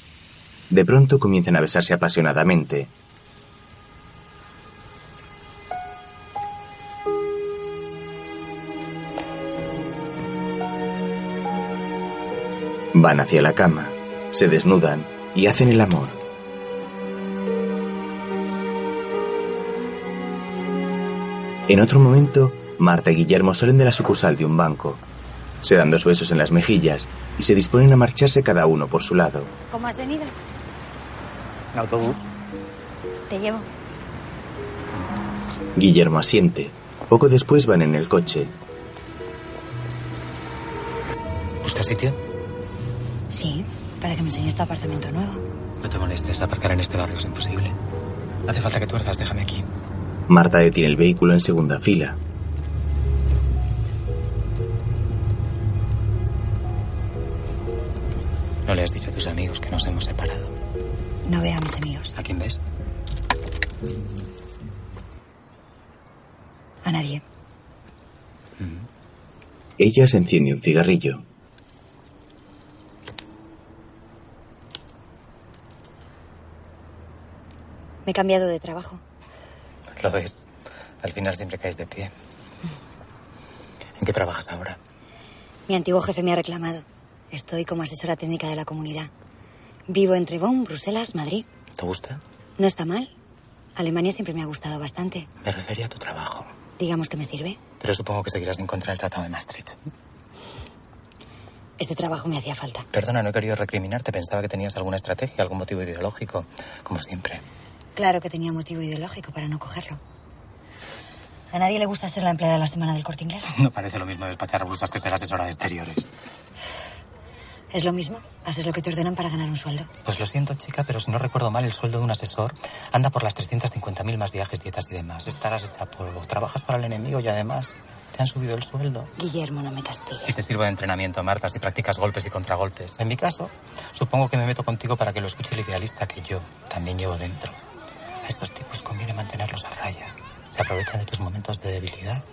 Speaker 1: De pronto comienzan a besarse apasionadamente. Van hacia la cama, se desnudan y hacen el amor. En otro momento, Marta y Guillermo salen de la sucursal de un banco. Se dan dos besos en las mejillas y se disponen a marcharse cada uno por su lado.
Speaker 17: ¿Cómo has venido?
Speaker 32: En autobús.
Speaker 17: Te llevo.
Speaker 1: Guillermo asiente. Poco después van en el coche.
Speaker 32: ¿Buscas sitio?
Speaker 17: Sí, para que me enseñes tu apartamento nuevo.
Speaker 32: No te molestes, aparcar en este barrio es imposible. Hace falta que tuerzas, déjame aquí.
Speaker 1: Marta detiene el vehículo en segunda fila.
Speaker 32: No le has dicho a tus amigos que nos hemos separado.
Speaker 17: No veo a mis amigos.
Speaker 32: ¿A quién ves?
Speaker 3: A nadie.
Speaker 1: Ella se enciende un cigarrillo.
Speaker 3: Me he cambiado de trabajo.
Speaker 6: Lo ves. Al final siempre caes de pie. ¿En qué trabajas ahora?
Speaker 3: Mi antiguo jefe me ha reclamado. Estoy como asesora técnica de la comunidad. Vivo en Trebón, Bruselas, Madrid.
Speaker 6: ¿Te gusta?
Speaker 3: No está mal. Alemania siempre me ha gustado bastante.
Speaker 6: Me refería a tu trabajo.
Speaker 3: Digamos que me sirve.
Speaker 6: Pero supongo que seguirás en contra del Tratado de Maastricht.
Speaker 3: Este trabajo me hacía falta.
Speaker 6: Perdona, no he querido recriminarte. Pensaba que tenías alguna estrategia, algún motivo ideológico, como siempre.
Speaker 3: Claro que tenía motivo ideológico para no cogerlo. A nadie le gusta ser la empleada de la semana del corte inglés.
Speaker 6: No parece lo mismo despachar rusas que ser asesora de exteriores.
Speaker 3: Es lo mismo. Haces lo que te ordenan para ganar un sueldo.
Speaker 6: Pues lo siento, chica, pero si no recuerdo mal, el sueldo de un asesor anda por las 350.000 más viajes, dietas y demás. Estarás hecha polvo. Trabajas para el enemigo y además te han subido el sueldo.
Speaker 3: Guillermo, no me castigues.
Speaker 6: Si te sirve de entrenamiento, Marta, si practicas golpes y contragolpes. En mi caso, supongo que me meto contigo para que lo escuche el idealista que yo también llevo dentro. A estos tipos conviene mantenerlos a raya. Se aprovechan de tus momentos de debilidad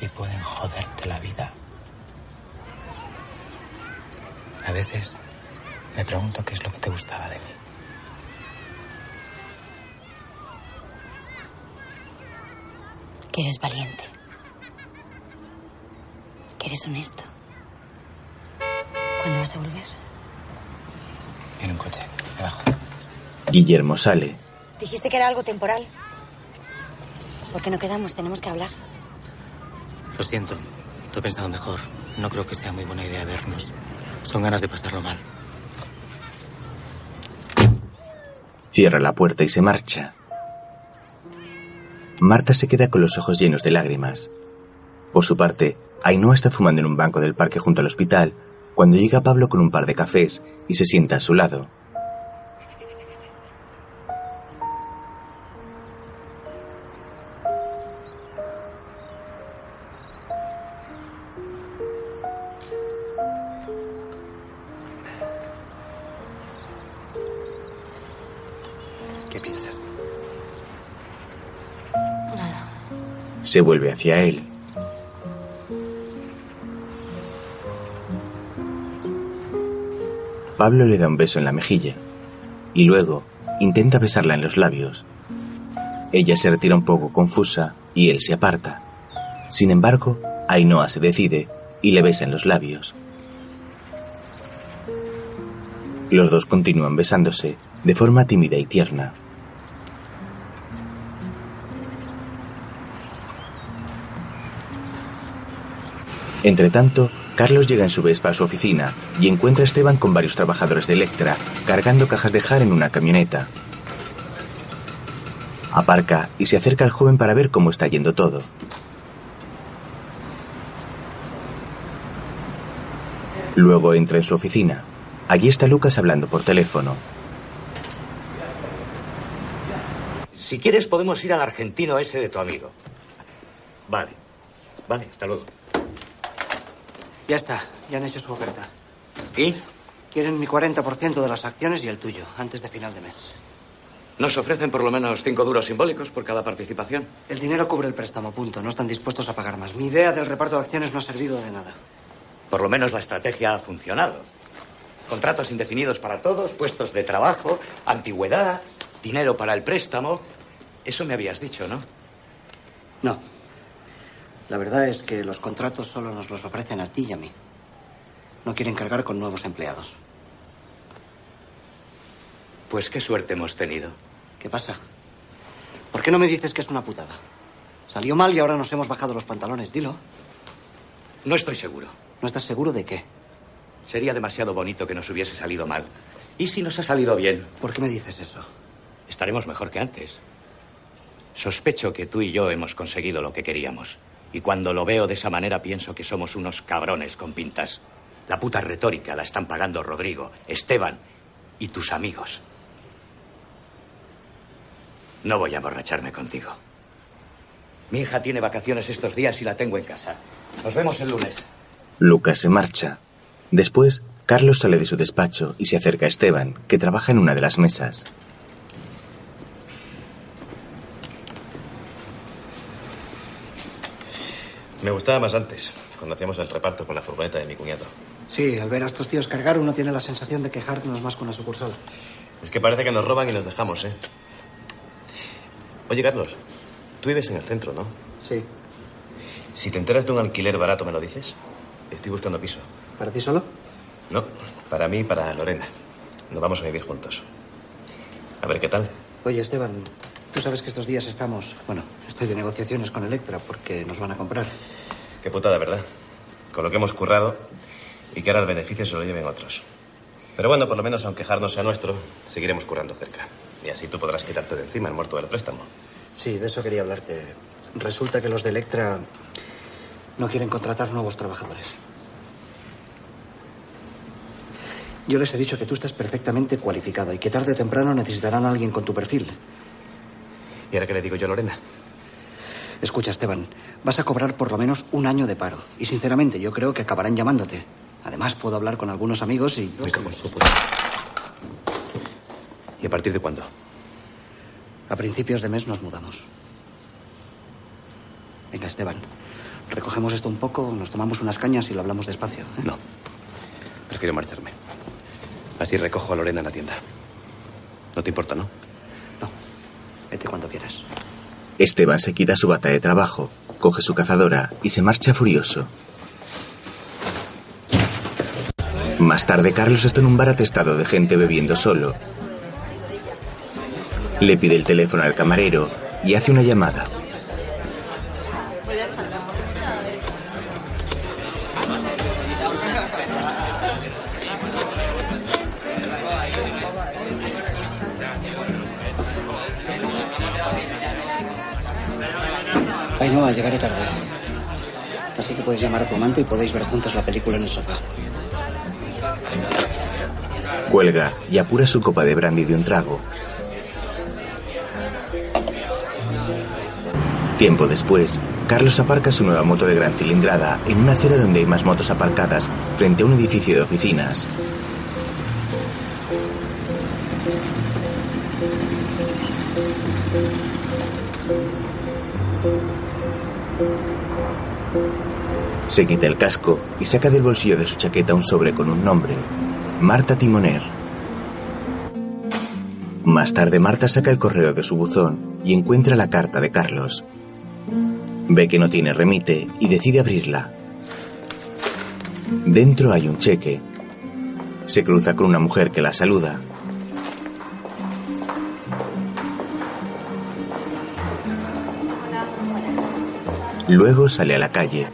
Speaker 6: y pueden joderte la vida. A veces me pregunto qué es lo que te gustaba de mí.
Speaker 3: Que eres valiente. Que eres honesto. ¿Cuándo vas a volver?
Speaker 6: En un coche, debajo.
Speaker 1: Guillermo sale.
Speaker 3: Dijiste que era algo temporal. ¿Por qué no quedamos? Tenemos que hablar.
Speaker 6: Lo siento, lo he pensado mejor. No creo que sea muy buena idea vernos. Son ganas de pasarlo mal.
Speaker 1: Cierra la puerta y se marcha. Marta se queda con los ojos llenos de lágrimas. Por su parte, Ainhoa está fumando en un banco del parque junto al hospital cuando llega Pablo con un par de cafés y se sienta a su lado.
Speaker 6: ¿Qué piensas?
Speaker 33: Nada.
Speaker 1: Se vuelve hacia él. Pablo le da un beso en la mejilla y luego intenta besarla en los labios. Ella se retira un poco confusa y él se aparta. Sin embargo, Ainhoa se decide y le besa en los labios. Los dos continúan besándose de forma tímida y tierna. Entretanto, Carlos llega en su Vespa a su oficina y encuentra a Esteban con varios trabajadores de Electra cargando cajas de jar en una camioneta. Aparca y se acerca al joven para ver cómo está yendo todo. Luego entra en su oficina. Allí está Lucas hablando por teléfono.
Speaker 13: Si quieres, podemos ir al argentino ese de tu amigo. Vale. Vale, hasta luego.
Speaker 4: Ya está, ya han hecho su oferta.
Speaker 13: ¿Y?
Speaker 4: Quieren mi 40% de las acciones y el tuyo, antes de final de mes.
Speaker 13: Nos ofrecen por lo menos cinco duros simbólicos por cada participación.
Speaker 4: El dinero cubre el préstamo, punto. No están dispuestos a pagar más. Mi idea del reparto de acciones no ha servido de nada.
Speaker 13: Por lo menos la estrategia ha funcionado. Contratos indefinidos para todos, puestos de trabajo, antigüedad, dinero para el préstamo. Eso me habías dicho, ¿no?
Speaker 4: No. La verdad es que los contratos solo nos los ofrecen a ti y a mí. No quieren cargar con nuevos empleados.
Speaker 13: Pues qué suerte hemos tenido.
Speaker 4: ¿Qué pasa? ¿Por qué no me dices que es una putada? Salió mal y ahora nos hemos bajado los pantalones, dilo.
Speaker 13: No estoy seguro.
Speaker 4: ¿No estás seguro de qué?
Speaker 13: Sería demasiado bonito que nos hubiese salido mal. ¿Y si nos ha salido bien?
Speaker 4: ¿Por qué me dices eso?
Speaker 13: Estaremos mejor que antes. Sospecho que tú y yo hemos conseguido lo que queríamos. Y cuando lo veo de esa manera pienso que somos unos cabrones con pintas. La puta retórica la están pagando Rodrigo, Esteban y tus amigos. No voy a emborracharme contigo. Mi hija tiene vacaciones estos días y la tengo en casa. Nos vemos el lunes.
Speaker 1: Lucas se marcha. Después, Carlos sale de su despacho y se acerca a Esteban, que trabaja en una de las mesas.
Speaker 18: Me gustaba más antes, cuando hacíamos el reparto con la furgoneta de mi cuñado.
Speaker 4: Sí, al ver a estos tíos cargar uno tiene la sensación de que Hart no es más que una sucursal.
Speaker 18: Es que parece que nos roban y nos dejamos, ¿eh? Oye, Carlos, tú vives en el centro, ¿no?
Speaker 4: Sí.
Speaker 18: Si te enteras de un alquiler barato, ¿me lo dices? Estoy buscando piso.
Speaker 4: ¿Para ti solo?
Speaker 18: No, para mí y para Lorena. Nos vamos a vivir juntos. A ver qué tal.
Speaker 4: Oye, Esteban, tú sabes que estos días estamos... Bueno, estoy de negociaciones con Electra porque nos van a comprar.
Speaker 18: Qué putada, ¿verdad? Con lo que hemos currado y que ahora el beneficio se lo lleven otros. Pero bueno, por lo menos aunque Hard no sea nuestro, seguiremos currando cerca. Y así tú podrás quitarte de encima el muerto del préstamo.
Speaker 4: Sí, de eso quería hablarte. Resulta que los de Electra no quieren contratar nuevos trabajadores. Yo les he dicho que tú estás perfectamente cualificado y que tarde o temprano necesitarán a alguien con tu perfil.
Speaker 18: ¿Y ahora qué le digo yo a Lorena?
Speaker 4: Escucha, Esteban, vas a cobrar por lo menos un año de paro. Y sinceramente, yo creo que acabarán llamándote. Además, puedo hablar con algunos amigos y...
Speaker 18: ¿Y a partir de cuándo?
Speaker 4: A principios de mes nos mudamos. Venga, Esteban, recogemos esto un poco, nos tomamos unas cañas y lo hablamos despacio. ¿eh?
Speaker 18: No. Prefiero marcharme. Así recojo a Lorena en la tienda. No te importa, ¿no?
Speaker 4: Vete cuando quieras.
Speaker 1: Esteban se quita su bata de trabajo, coge su cazadora y se marcha furioso. Más tarde, Carlos está en un bar atestado de gente bebiendo solo. Le pide el teléfono al camarero y hace una llamada.
Speaker 4: Ainhoa, llegaré tarde. Así que puedes llamar a tu amante y podéis ver juntos la película en el sofá.
Speaker 1: Cuelga y apura su copa de brandy de un trago. Tiempo después, Carlos aparca su nueva moto de gran cilindrada en una acera donde hay más motos aparcadas frente a un edificio de oficinas. Se quita el casco y saca del bolsillo de su chaqueta un sobre con un nombre, Marta Timoner. Más tarde Marta saca el correo de su buzón y encuentra la carta de Carlos. Ve que no tiene remite y decide abrirla. Dentro hay un cheque. Se cruza con una mujer que la saluda. Luego sale a la calle.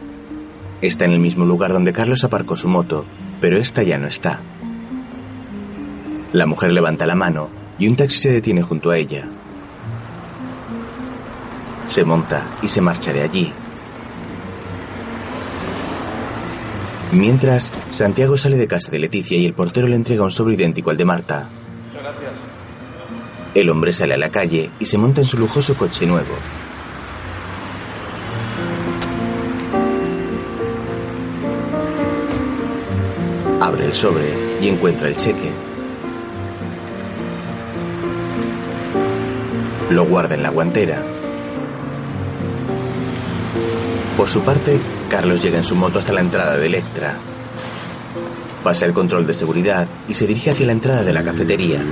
Speaker 1: Está en el mismo lugar donde Carlos aparcó su moto, pero esta ya no está. La mujer levanta la mano y un taxi se detiene junto a ella. Se monta y se marcha de allí. Mientras, Santiago sale de casa de Leticia y el portero le entrega un sobre idéntico al de Marta.
Speaker 2: Muchas gracias.
Speaker 1: El hombre sale a la calle y se monta en su lujoso coche nuevo. Abre el sobre y encuentra el cheque. Lo guarda en la guantera. Por su parte, Carlos llega en su moto hasta la entrada de Electra. Pasa el control de seguridad y se dirige hacia la entrada de la cafetería.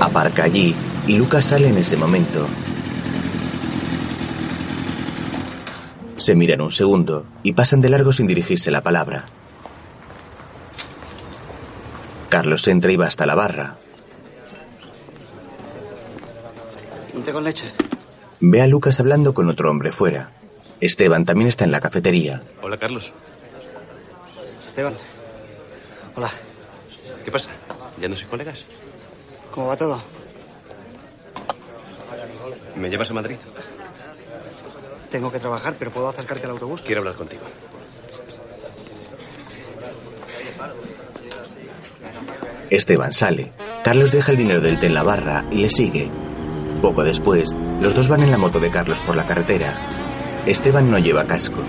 Speaker 1: Aparca allí y Lucas sale en ese momento. Se miran un segundo y pasan de largo sin dirigirse la palabra. Carlos entra y va hasta la barra.
Speaker 4: ¿Un té con leche?
Speaker 1: Ve a Lucas hablando con otro hombre fuera. Esteban también está en la cafetería.
Speaker 18: Hola, Carlos.
Speaker 4: Esteban. Hola,
Speaker 18: ¿Qué pasa? ¿Ya no sois colegas?
Speaker 4: ¿cómo va todo?
Speaker 18: ¿Me llevas a Madrid?
Speaker 4: Tengo que trabajar, pero puedo acercarte al autobús.
Speaker 18: Quiero hablar contigo.
Speaker 1: Esteban sale. Carlos deja el dinero del té en la barra y le sigue. Poco después, los dos van en la moto de Carlos por la carretera. Esteban no lleva casco.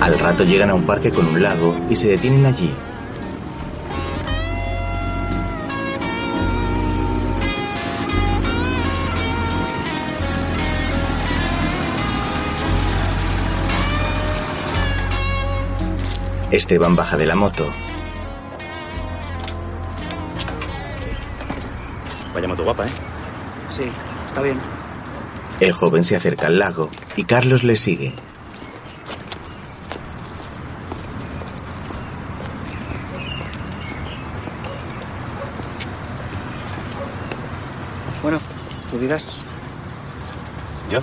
Speaker 1: Al rato llegan a un parque con un lago y se detienen allí. Esteban baja de la moto.
Speaker 18: Vaya moto guapa, ¿eh?
Speaker 4: Sí, está bien.
Speaker 1: El joven se acerca al lago y Carlos le sigue.
Speaker 4: Bueno, tú dirás.
Speaker 18: ¿Yo?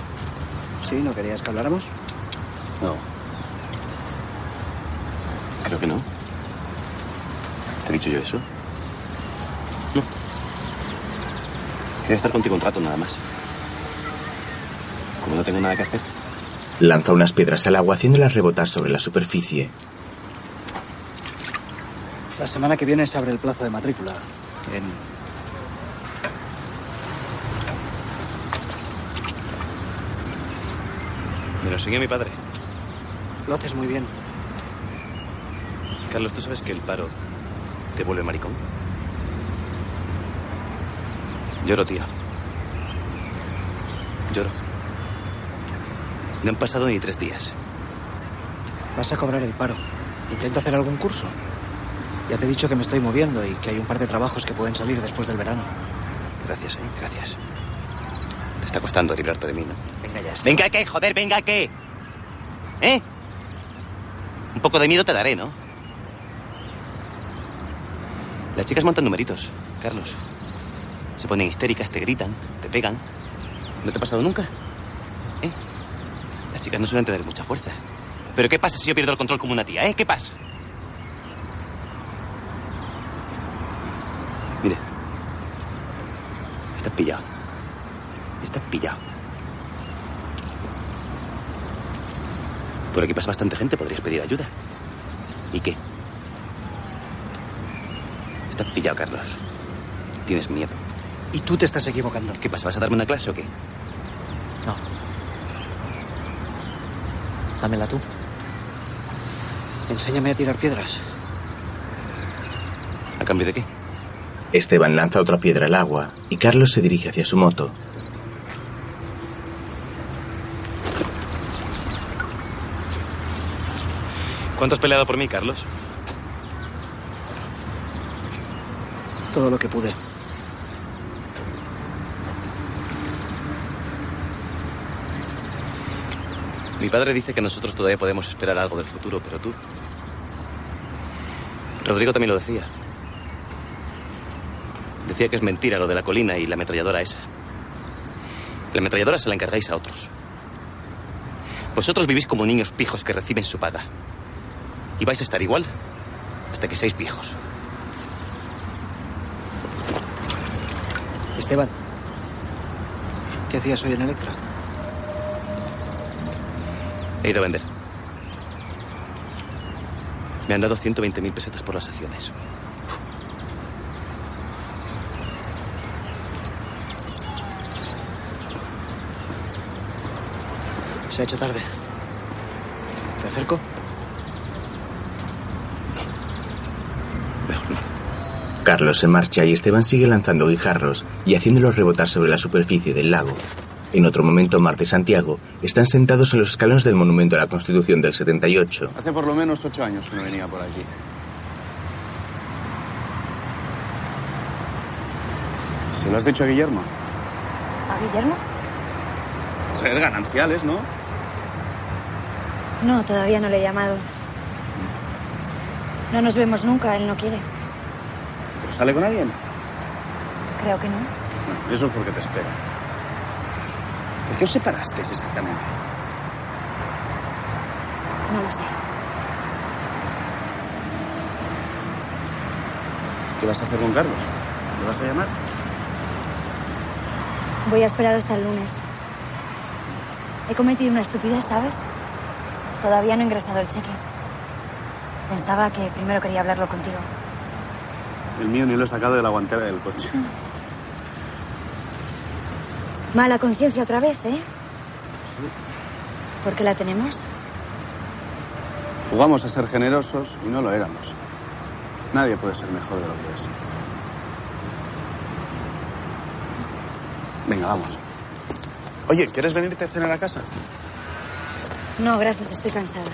Speaker 4: Sí, ¿no querías que habláramos?
Speaker 18: No. Creo que no. ¿Te he dicho yo eso? No. Quería estar contigo un rato nada más. Como no tengo nada que hacer,
Speaker 1: Lanza unas piedras al agua haciéndolas rebotar sobre la superficie.
Speaker 4: La semana que viene se abre el plazo de matrícula. En...
Speaker 18: me lo enseñó mi padre.
Speaker 4: Lo haces muy bien.
Speaker 18: Carlos, ¿tú sabes que el paro te vuelve maricón? Lloro, tía. Lloro. No han pasado ni tres días.
Speaker 4: Vas a cobrar el paro. Intenta hacer algún curso. Ya te he dicho que me estoy moviendo y que hay un par de trabajos que pueden salir después del verano.
Speaker 18: Gracias, eh, gracias. Te está costando librarte de mí, ¿no?
Speaker 4: Venga ya. está.
Speaker 18: Venga, ¿qué? Joder, venga, ¿qué? ¿Eh? Un poco de miedo te daré, ¿no? Las chicas montan numeritos, Carlos. Se ponen histéricas, te gritan, te pegan. ¿No te ha pasado nunca? ¿Eh? Las chicas no suelen tener mucha fuerza. ¿Pero qué pasa si yo pierdo el control como una tía, eh? ¿Qué pasa? Mire. Estás pillado. Estás pillado. Por aquí pasa bastante gente, podrías pedir ayuda. ¿Y qué? Estás pillado, Carlos. Tienes miedo.
Speaker 4: Y tú te estás equivocando.
Speaker 18: ¿Qué pasa? ¿Vas a darme una clase o qué?
Speaker 4: Dámela tú. Enséñame a tirar piedras.
Speaker 18: ¿A cambio de qué?
Speaker 1: Esteban lanza otra piedra al agua y Carlos se dirige hacia su moto.
Speaker 18: ¿Cuánto has peleado por mí, Carlos?
Speaker 4: Todo lo que pude.
Speaker 18: Mi padre dice que nosotros todavía podemos esperar algo del futuro, pero tú. Rodrigo también lo decía. Decía que es mentira lo de la colina y la ametralladora esa. La ametralladora se la encargáis a otros. Vosotros vivís como niños pijos que reciben su paga. Y vais a estar igual hasta que seáis viejos.
Speaker 4: Esteban. ¿Qué hacías hoy en Electra?
Speaker 18: He ido a vender. Me han dado 120.000 pesetas por las acciones.
Speaker 4: Se ha hecho tarde. ¿Te acerco?
Speaker 1: Carlos se marcha y Esteban sigue lanzando guijarros y haciéndolos rebotar sobre la superficie del lago. En otro momento, Marta y Santiago están sentados en los escalones del monumento a la Constitución del 78.
Speaker 2: Hace por lo menos ocho años que no venía por aquí. ¿Se lo has dicho a Guillermo?
Speaker 34: ¿A Guillermo?
Speaker 2: Joder, gananciales, ¿no?
Speaker 34: No, todavía no le he llamado.
Speaker 3: No nos vemos nunca, él no quiere.
Speaker 2: ¿Pero sale con alguien?
Speaker 3: Creo que no.
Speaker 2: No, eso es porque te espera. ¿Por qué os separasteis exactamente?
Speaker 3: No lo sé.
Speaker 2: ¿Qué vas a hacer con Carlos? ¿Le vas a llamar?
Speaker 3: Voy a esperar hasta el lunes. He cometido una estupidez, ¿sabes?
Speaker 34: Todavía no he ingresado el cheque. Pensaba que primero quería hablarlo contigo.
Speaker 2: El mío ni lo he sacado de la guantera del coche.
Speaker 3: Mala conciencia otra vez, ¿eh? ¿Por qué la tenemos?
Speaker 2: Jugamos a ser generosos y no lo éramos. Nadie puede ser mejor de lo que es. Venga, vamos.
Speaker 35: Oye, ¿quieres venirte a cenar a casa?
Speaker 3: No, gracias, estoy cansada.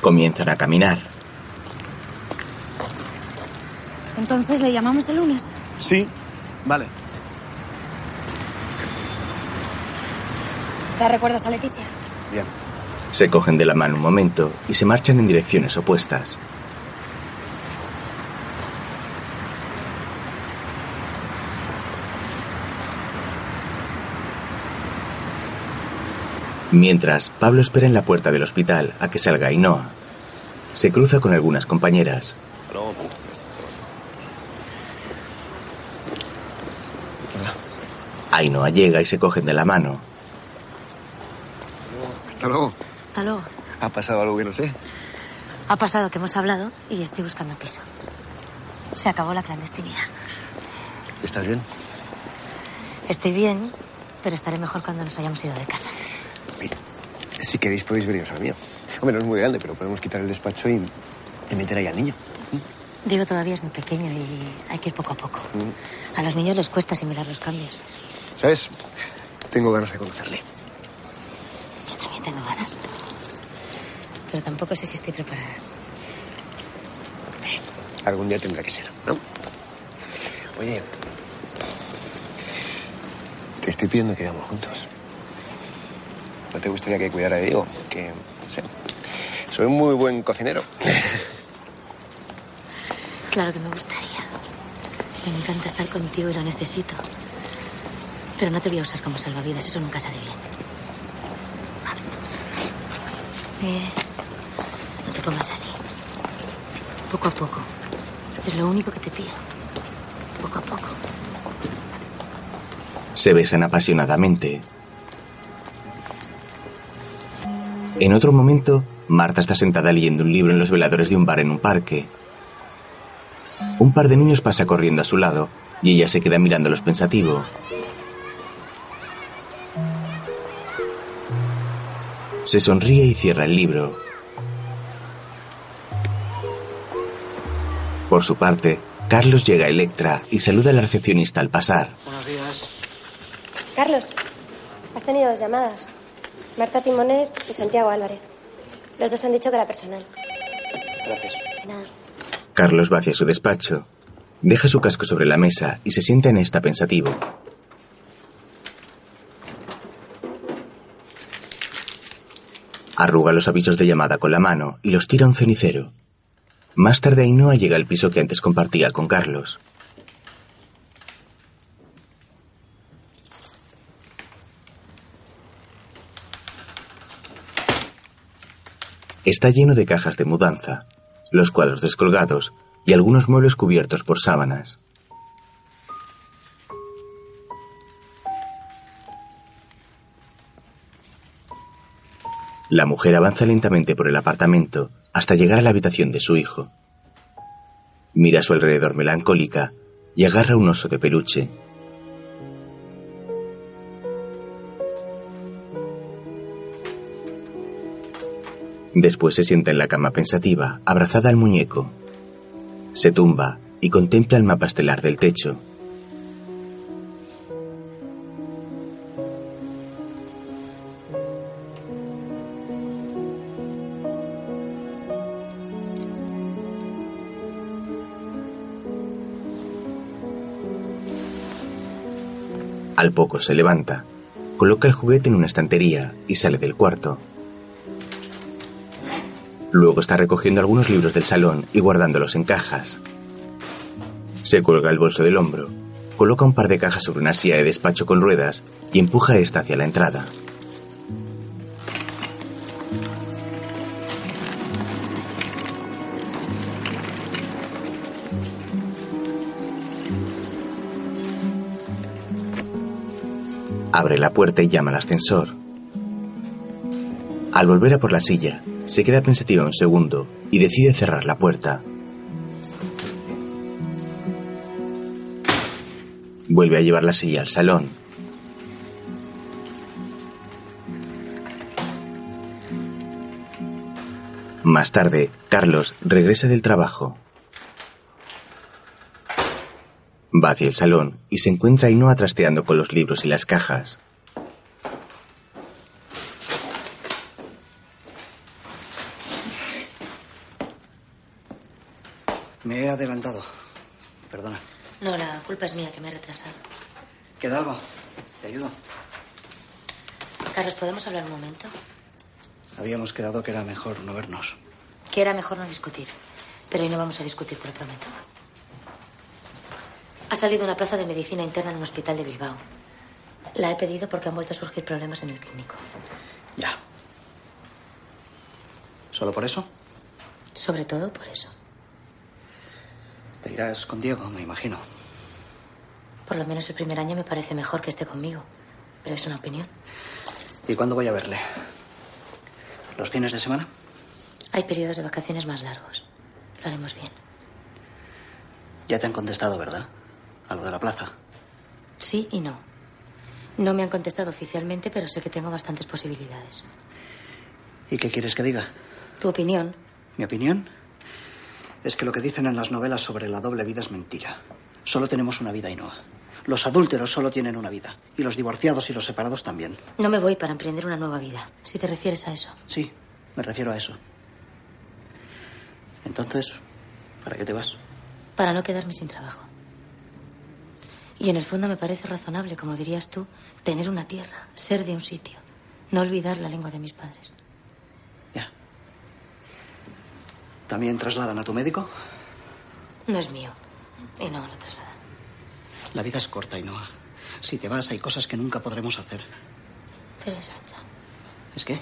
Speaker 1: Comienzan a caminar.
Speaker 17: Entonces le llamamos el lunes.
Speaker 36: Sí, vale.
Speaker 17: ¿La recuerdas a Leticia?
Speaker 1: Se cogen de la mano un momento y se marchan en direcciones opuestas. Mientras, Pablo espera en la puerta del hospital a que salga Ainhoa. Se cruza con algunas compañeras. Ainhoa llega y se cogen de la mano.
Speaker 37: Hasta luego.
Speaker 8: Hasta luego.
Speaker 37: ¿Ha pasado algo que no sé?
Speaker 8: Ha pasado que hemos hablado y estoy buscando piso. Se acabó la clandestinidad.
Speaker 37: ¿Estás bien?
Speaker 8: Estoy bien, pero estaré mejor cuando nos hayamos ido de casa.
Speaker 5: Si queréis podéis veniros al mío. Hombre, no es muy grande, pero podemos quitar el despacho y, y meter ahí al niño.
Speaker 8: Diego todavía es muy pequeño y hay que ir poco a poco. A los niños les cuesta asimilar los cambios.
Speaker 5: ¿Sabes? Tengo ganas de conocerle.
Speaker 8: También tengo ganas. Pero tampoco sé si estoy preparada.
Speaker 5: Algún día tendrá que ser, ¿no? Oye, te estoy pidiendo que vivamos juntos. ¿No te gustaría que cuidara de Diego? Que, no sé, soy un muy buen cocinero.
Speaker 8: Claro que me gustaría. Me encanta estar contigo y lo necesito. Pero no te voy a usar como salvavidas, eso nunca sale bien. Vale. Eh, no te pongas así. Poco a poco. Es lo único que te pido. Poco a poco.
Speaker 1: Se besan apasionadamente. En otro momento, Marta está sentada leyendo un libro en los veladores de un bar en un parque. Un par de niños pasa corriendo a su lado y ella se queda mirándolos pensativo. Se sonríe y cierra el libro. Por su parte, Carlos llega a Electra y saluda a la recepcionista al pasar.
Speaker 24: Buenos días. Carlos, has tenido dos llamadas. Marta Timoner y Santiago Álvarez. Los dos han dicho que era personal. Gracias. Nada.
Speaker 1: Carlos va hacia su despacho, deja su casco sobre la mesa y se sienta en esta pensativo. Arruga los avisos de llamada con la mano y los tira a un cenicero. Más tarde Ainhoa llega al piso que antes compartía con Carlos. Está lleno de cajas de mudanza, los cuadros descolgados y algunos muebles cubiertos por sábanas. La mujer avanza lentamente por el apartamento hasta llegar a la habitación de su hijo. Mira a su alrededor melancólica y agarra un oso de peluche. Después se sienta en la cama pensativa, abrazada al muñeco. Se tumba y contempla el mapa estelar del techo. Al poco se levanta, coloca el juguete en una estantería y sale del cuarto. Luego está recogiendo algunos libros del salón y guardándolos en cajas. Se cuelga el bolso del hombro, coloca un par de cajas sobre una silla de despacho con ruedas y empuja esta hacia la entrada. Abre la puerta y llama al ascensor. Al volver a por la silla, se queda pensativa un segundo y decide cerrar la puerta. Vuelve a llevar la silla al salón. Más tarde, Carlos regresa del trabajo. Va hacia el salón y se encuentra a Ainhoa trasteando con los libros y las cajas.
Speaker 26: Me he adelantado.
Speaker 4: Perdona.
Speaker 8: No, la culpa es mía que me he retrasado.
Speaker 4: Queda algo. Te ayudo.
Speaker 8: Carlos, ¿podemos hablar un momento?
Speaker 4: Habíamos quedado que era mejor no vernos.
Speaker 8: Que era mejor no discutir. Pero hoy no vamos a discutir, te lo prometo. Ha salido una plaza de medicina interna en un hospital de Bilbao. La he pedido porque han vuelto a surgir problemas en el clínico.
Speaker 4: Ya. ¿Solo por eso?
Speaker 8: Sobre todo por eso.
Speaker 4: Te irás con Diego, me imagino.
Speaker 8: Por lo menos el primer año me parece mejor que esté conmigo. Pero es una opinión.
Speaker 4: ¿Y cuándo voy a verle? ¿Los fines de semana?
Speaker 8: Hay periodos de vacaciones más largos. Lo haremos bien.
Speaker 4: Ya te han contestado, ¿verdad? A lo de la plaza.
Speaker 8: Sí y no. No me han contestado oficialmente, pero sé que tengo bastantes posibilidades.
Speaker 4: ¿Y qué quieres que diga?
Speaker 8: Tu opinión,
Speaker 4: Mi opinión es que lo que dicen en las novelas sobre la doble vida es mentira. Solo tenemos una vida, Ainhoa. Los adúlteros solo tienen una vida. Y los divorciados y los separados también.
Speaker 8: no me voy para emprender una nueva vida, si te refieres a eso.
Speaker 4: Sí, me refiero a eso. Entonces, ¿para qué te vas?
Speaker 8: Para no quedarme sin trabajo. Y en el fondo me parece razonable, como dirías tú, tener una tierra, ser de un sitio, no olvidar la lengua de mis padres.
Speaker 4: ¿También trasladan a tu médico?
Speaker 8: No es mío. Y no lo trasladan.
Speaker 4: La vida es corta, Ainhoa. Si te vas, hay cosas que nunca podremos hacer.
Speaker 8: Pero es ancha.
Speaker 4: ¿Es qué?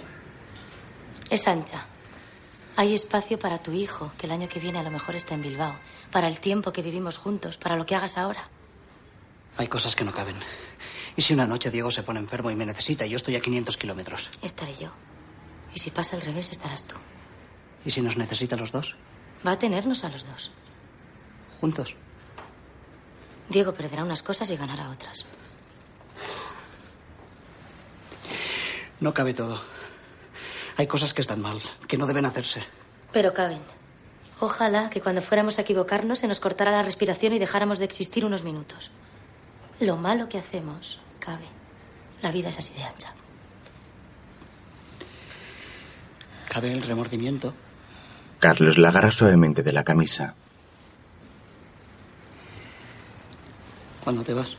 Speaker 8: Es ancha. Hay espacio para tu hijo, que el año que viene a lo mejor está en Bilbao, para el tiempo que vivimos juntos, para lo que hagas ahora.
Speaker 4: Hay cosas que no caben. Y si una noche Diego se pone enfermo y me necesita, y yo estoy a 500 kilómetros.
Speaker 8: Estaré yo. Y si pasa al revés, estarás tú.
Speaker 4: ¿Y si nos necesita los dos?
Speaker 8: Va a tenernos a los dos.
Speaker 4: Juntos.
Speaker 8: Diego perderá unas cosas y ganará otras.
Speaker 4: No cabe todo. Hay cosas que están mal, que no deben hacerse.
Speaker 8: Pero caben. Ojalá que cuando fuéramos a equivocarnos se nos cortara la respiración y dejáramos de existir unos minutos. Lo malo que hacemos cabe. La vida es así de ancha.
Speaker 4: Cabe el remordimiento.
Speaker 1: Carlos la agarra suavemente de la camisa.
Speaker 4: ¿Cuándo te vas?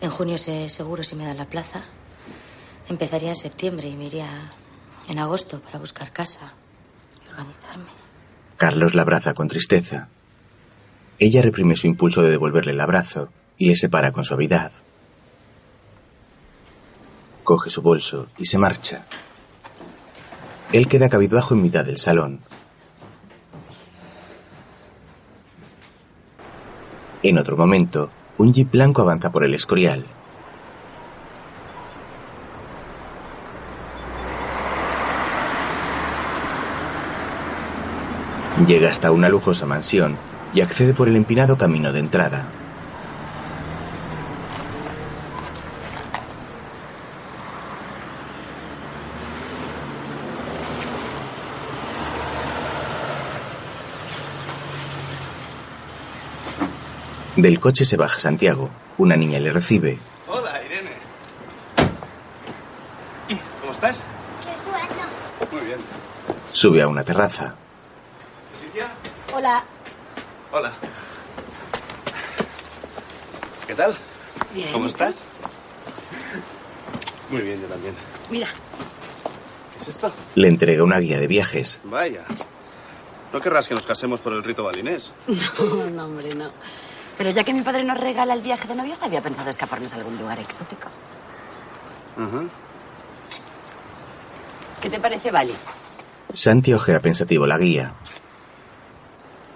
Speaker 8: En junio sé seguro si me dan la plaza. Empezaría en septiembre y me iría en agosto para buscar casa y organizarme.
Speaker 1: Carlos la abraza con tristeza. Ella reprime su impulso de devolverle el abrazo y le separa con suavidad. Coge su bolso y se marcha. Él queda cabizbajo en mitad del salón. En otro momento, un jeep blanco avanza por el escorial. Llega hasta una lujosa mansión y accede por el empinado camino de entrada. Del coche se baja Santiago. Una niña le recibe.
Speaker 36: Hola, Irene. ¿Cómo estás? Muy bien.
Speaker 1: Sube a una terraza.
Speaker 24: Hola.
Speaker 36: Hola. ¿Qué tal?
Speaker 24: Bien.
Speaker 36: ¿Cómo estás? Muy bien, yo también.
Speaker 24: Mira.
Speaker 36: ¿Qué es esto?
Speaker 1: Le entrega una guía de viajes.
Speaker 36: Vaya. No querrás que nos casemos por el rito balinés.
Speaker 12: No, no, hombre, no. Pero ya que mi padre nos regala el viaje de novios, había pensado escaparnos a algún lugar exótico. ¿Qué te parece, Vali?
Speaker 1: Santi ojea pensativo la guía.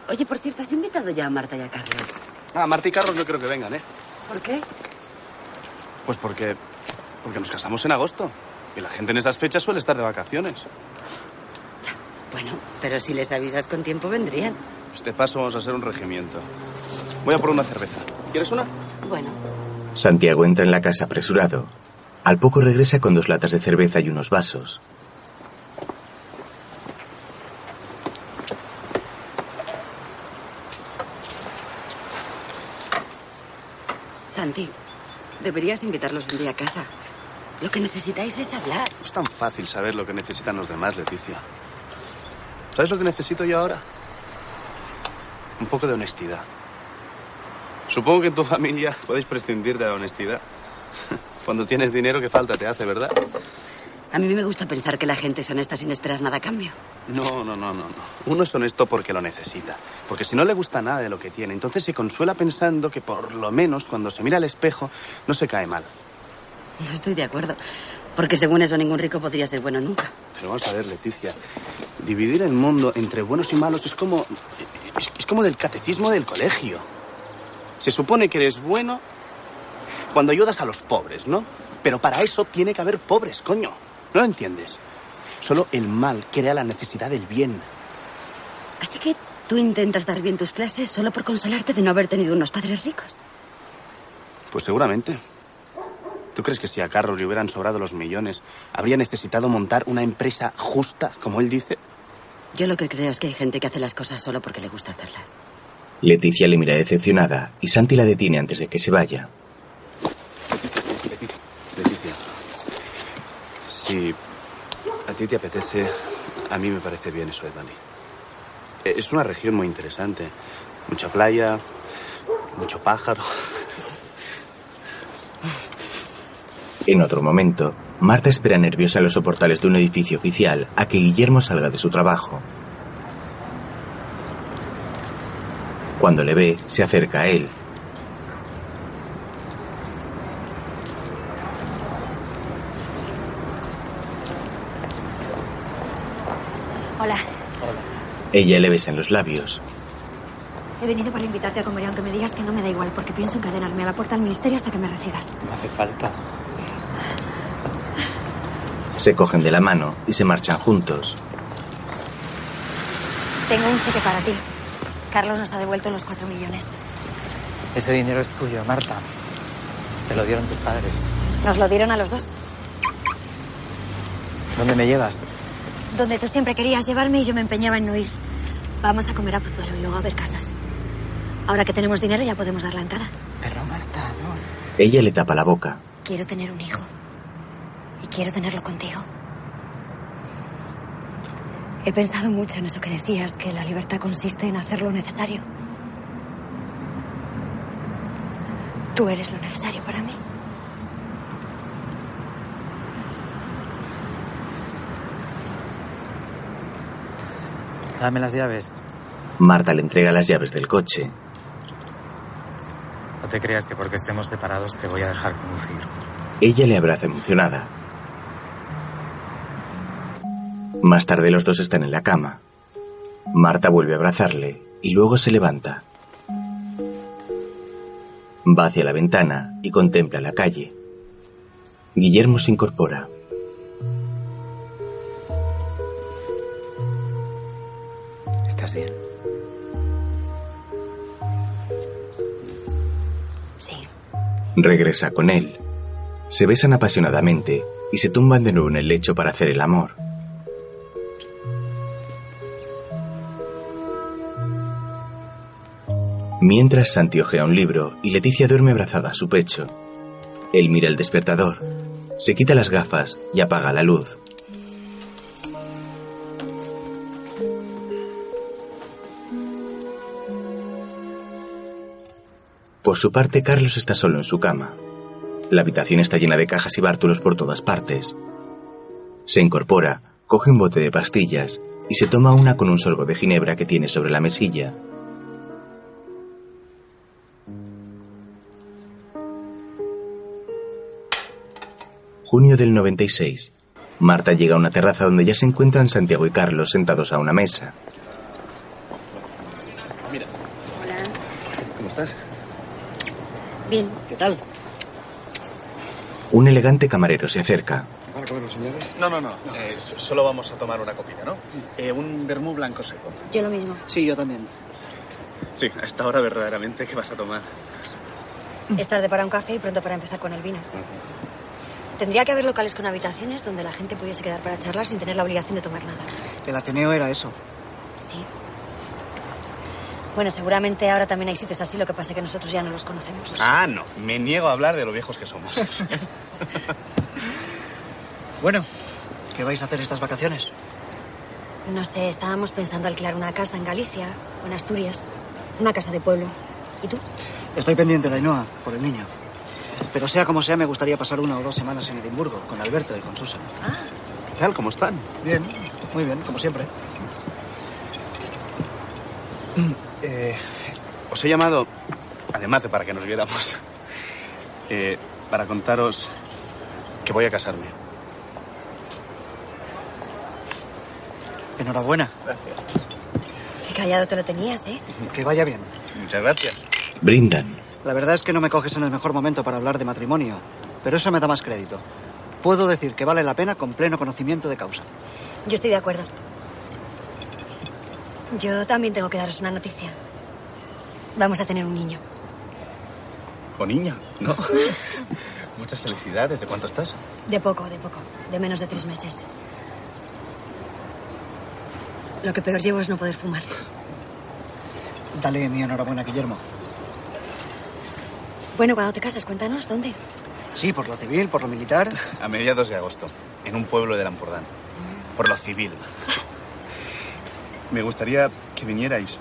Speaker 12: Oye, por cierto, ¿has invitado ya a Marta y a Carlos?
Speaker 36: Ah, Marta y Carlos no creo que vengan, ¿eh?
Speaker 12: ¿Por qué?
Speaker 36: Pues porque. Porque nos casamos en agosto. Y la gente en esas fechas suele estar de vacaciones.
Speaker 12: Bueno, pero si les avisas con tiempo, vendrían.
Speaker 36: Este paso vamos a hacer un regimiento. Voy a por una cerveza. ¿Quieres una?
Speaker 12: Bueno.
Speaker 1: Santiago entra en la casa apresurado. Al poco regresa con dos latas de cerveza y unos vasos.
Speaker 12: Santi, deberías invitarlos un día a casa. Lo que necesitáis es hablar.
Speaker 36: No es tan fácil saber lo que necesitan los demás, Leticia. ¿Sabes lo que necesito yo ahora?
Speaker 2: Un poco de honestidad. Supongo que en tu familia podéis prescindir de la honestidad. Cuando tienes dinero, ¿qué falta te hace, verdad?
Speaker 12: A mí me gusta pensar que la gente es honesta sin esperar nada a cambio.
Speaker 2: No, no, no, no. no. Uno es honesto porque lo necesita. Porque si no le gusta nada de lo que tiene, entonces se consuela pensando que por lo menos cuando se mira al espejo no se cae mal.
Speaker 12: No estoy de acuerdo. Porque según eso, ningún rico podría ser bueno nunca.
Speaker 2: Pero vamos a ver, Leticia. Dividir el mundo entre buenos y malos es como. Es, es como del catecismo del colegio. Se supone que eres bueno cuando ayudas a los pobres, ¿no? Pero para eso tiene que haber pobres, coño. ¿No lo entiendes? Solo el mal crea la necesidad del bien.
Speaker 12: Así que tú intentas dar bien tus clases solo por consolarte de no haber tenido unos padres ricos.
Speaker 2: Pues seguramente. ¿Tú crees que si a Carlos le hubieran sobrado los millones, habría necesitado montar una empresa justa, como él dice?
Speaker 12: Yo lo que creo es que hay gente que hace las cosas solo porque le gusta hacerlas.
Speaker 1: Leticia le mira decepcionada y Santi la detiene antes de que se vaya.
Speaker 2: Leticia, si a ti te apetece, a mí me parece bien eso de Bali. Es una región muy interesante. Mucha playa, mucho pájaro.
Speaker 1: En otro momento, Marta espera nerviosa en los soportales de un edificio oficial a que Guillermo salga de su trabajo. Cuando le ve, se acerca a él.
Speaker 38: Hola,
Speaker 1: Ella le besa en los labios.
Speaker 3: He venido para invitarte a comer, aunque me digas que no me da igual, porque pienso encadenarme a la puerta del ministerio hasta que me recibas.
Speaker 6: No hace falta.
Speaker 1: Se cogen de la mano y se marchan juntos.
Speaker 3: Tengo un cheque para ti. Carlos nos ha devuelto los cuatro millones.
Speaker 6: Ese dinero es tuyo, Marta. Te lo dieron tus padres.
Speaker 3: Nos lo dieron a los dos.
Speaker 6: ¿Dónde me llevas?
Speaker 3: Donde tú siempre querías llevarme y yo me empeñaba en no ir. Vamos a comer a Pozuelo y luego a ver casas. Ahora que tenemos dinero ya podemos dar la entrada.
Speaker 1: Ella le tapa la boca.
Speaker 3: Quiero tener un hijo. Y quiero tenerlo contigo. He pensado mucho en eso que decías, que la libertad consiste en hacer lo necesario. Tú eres lo necesario para mí.
Speaker 6: Dame las llaves.
Speaker 1: Marta le entrega las llaves del coche.
Speaker 6: No te creas que porque estemos separados te voy a dejar conducir.
Speaker 1: Ella le abraza emocionada. Más tarde los dos están en la cama. Marta vuelve a abrazarle y luego se levanta. Va hacia la ventana y contempla la calle. Guillermo se incorpora.
Speaker 6: ¿Estás bien?
Speaker 1: Regresa con él. Se besan apasionadamente y se tumban de nuevo en el lecho para hacer el amor. Mientras Santi ojea un libro y Leticia duerme abrazada a su pecho, él mira el despertador, se quita las gafas y apaga la luz. Por su parte, Carlos está solo en su cama. La habitación está llena de cajas y bártulos por todas partes. Se incorpora, coge un bote de pastillas y se toma una con un sorbo de ginebra que tiene sobre la mesilla. Junio del 96. Marta llega a una terraza donde ya se encuentran Santiago y Carlos sentados a una mesa.
Speaker 2: Mira. ¿Cómo estás?
Speaker 39: Bien.
Speaker 4: ¿Qué tal?
Speaker 1: Un elegante camarero se acerca.
Speaker 4: ¿Van a comer los señores?
Speaker 2: No, no, no. Eh, so- solo vamos a tomar una copita, ¿no? Eh, un vermú blanco seco.
Speaker 39: Yo lo mismo.
Speaker 4: Sí, yo también.
Speaker 2: Sí, a esta hora verdaderamente, ¿qué vas a tomar?
Speaker 3: Es tarde para un café y pronto para empezar con el vino. Tendría que haber locales con habitaciones donde la gente pudiese quedar para charlar sin tener la obligación de tomar nada.
Speaker 4: El Ateneo era eso.
Speaker 3: Sí. Bueno, seguramente ahora también hay sitios así, lo que pasa es que nosotros ya no los conocemos.
Speaker 2: Ah, no. Me niego a hablar de lo viejos que somos.
Speaker 4: Bueno, ¿qué vais a hacer estas vacaciones?
Speaker 3: No sé, estábamos pensando alquilar una casa en Galicia o en Asturias.
Speaker 40: Una casa de pueblo. ¿Y tú?
Speaker 4: Estoy pendiente de Ainhoa, por el niño. Pero sea como sea, me gustaría pasar una o dos semanas en Edimburgo, con Alberto y con Susan.
Speaker 2: ¿Qué Ah. tal? ¿Cómo están?
Speaker 4: Bien, muy bien, como siempre.
Speaker 2: Eh, os he llamado, además de para que nos viéramos, eh, para contaros que voy a casarme.
Speaker 4: Enhorabuena.
Speaker 2: Gracias.
Speaker 3: Qué callado te lo tenías, ¿eh?
Speaker 4: Que vaya bien.
Speaker 2: Muchas gracias.
Speaker 1: Brindan.
Speaker 4: La verdad es que no me coges en el mejor momento para hablar de matrimonio, pero eso me da más crédito. Puedo decir que vale la pena con pleno conocimiento de causa.
Speaker 3: Yo estoy de acuerdo. Yo también tengo que daros una noticia. Vamos a tener un niño.
Speaker 2: O niña, ¿no? Muchas felicidades. ¿De cuánto estás?
Speaker 3: De poco, de poco. De menos de tres meses. Lo que peor llevo es no poder fumar.
Speaker 4: Dale mi enhorabuena, Guillermo.
Speaker 3: Bueno, cuando te casas, cuéntanos dónde.
Speaker 4: Sí, por lo civil, por lo militar.
Speaker 2: A mediados de agosto, en un pueblo de Lampordán. Por lo civil. Me gustaría que vinierais,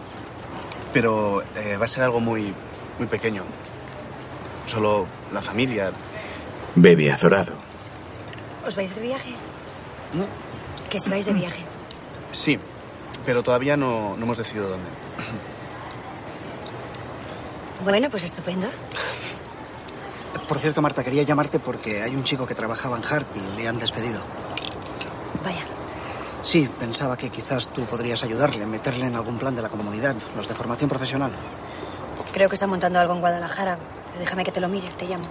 Speaker 2: pero eh, va a ser algo muy, muy pequeño. Solo la familia.
Speaker 1: Bebe azorado.
Speaker 3: ¿Os vais de viaje?
Speaker 2: No.
Speaker 3: Que si vais de viaje.
Speaker 2: Sí, pero todavía no, no hemos decidido dónde.
Speaker 3: Bueno, pues estupendo.
Speaker 4: Por cierto, Marta, quería llamarte porque hay un chico que trabajaba en Hart y le han despedido.
Speaker 3: Vaya.
Speaker 4: Sí, pensaba que quizás tú podrías ayudarle, meterle en algún plan de la comunidad, los de formación profesional.
Speaker 3: Creo que está montando algo en Guadalajara. Déjame que te lo mire, te llamo.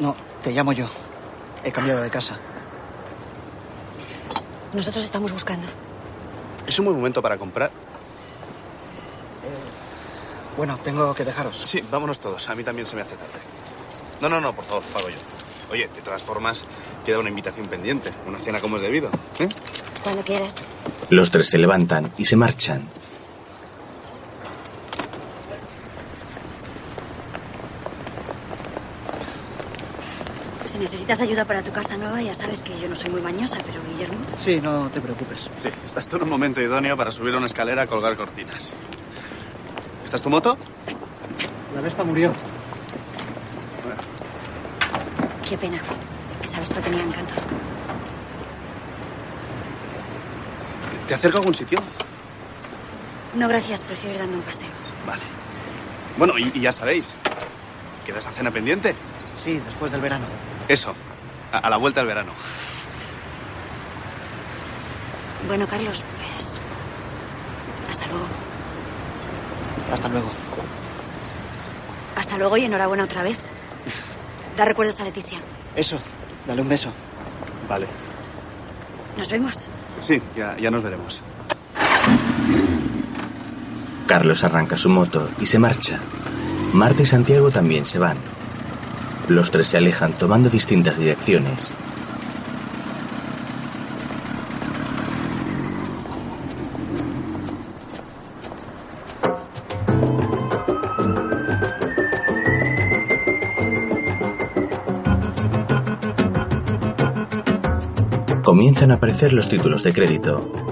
Speaker 4: No, te llamo yo. He cambiado de casa.
Speaker 3: Nosotros estamos buscando.
Speaker 2: ¿Es un buen momento para comprar?
Speaker 4: Eh, Bueno, tengo que dejaros.
Speaker 2: Sí, vámonos todos. A mí también se me hace tarde. No, no, no, por favor, pago yo. Oye, de todas formas, queda una invitación pendiente. Una cena como es debido. ¿eh?
Speaker 3: Cuando quieras.
Speaker 1: Los tres se levantan y se marchan.
Speaker 3: Si necesitas ayuda para tu casa nueva, ya sabes que yo no soy muy mañosa, pero Guillermo.
Speaker 4: Sí, no te preocupes.
Speaker 2: Sí, estás tú en un momento idóneo para subir a una escalera a colgar cortinas. ¿Estás tu moto?
Speaker 4: La Vespa Ah, murió.
Speaker 3: Qué pena. Esa vespa tenía encanto.
Speaker 2: ¿Te acerco a algún sitio?
Speaker 3: No, gracias, prefiero ir dando un paseo.
Speaker 2: Vale. Bueno, y, y ya sabéis. ¿Queda esa cena pendiente?
Speaker 4: Sí, después del verano.
Speaker 2: Eso. A, a la vuelta del verano.
Speaker 3: Bueno, Carlos, pues. Hasta luego.
Speaker 4: Hasta luego.
Speaker 3: Hasta luego y enhorabuena otra vez. Da recuerdos a Leticia.
Speaker 4: Eso, dale un beso.
Speaker 2: Vale.
Speaker 3: Nos vemos.
Speaker 2: Sí, ya, ya nos veremos.
Speaker 1: Carlos arranca su moto y se marcha. Marta y Santiago también se van. Los tres se alejan tomando distintas direcciones. Comienzan a aparecer los títulos de crédito.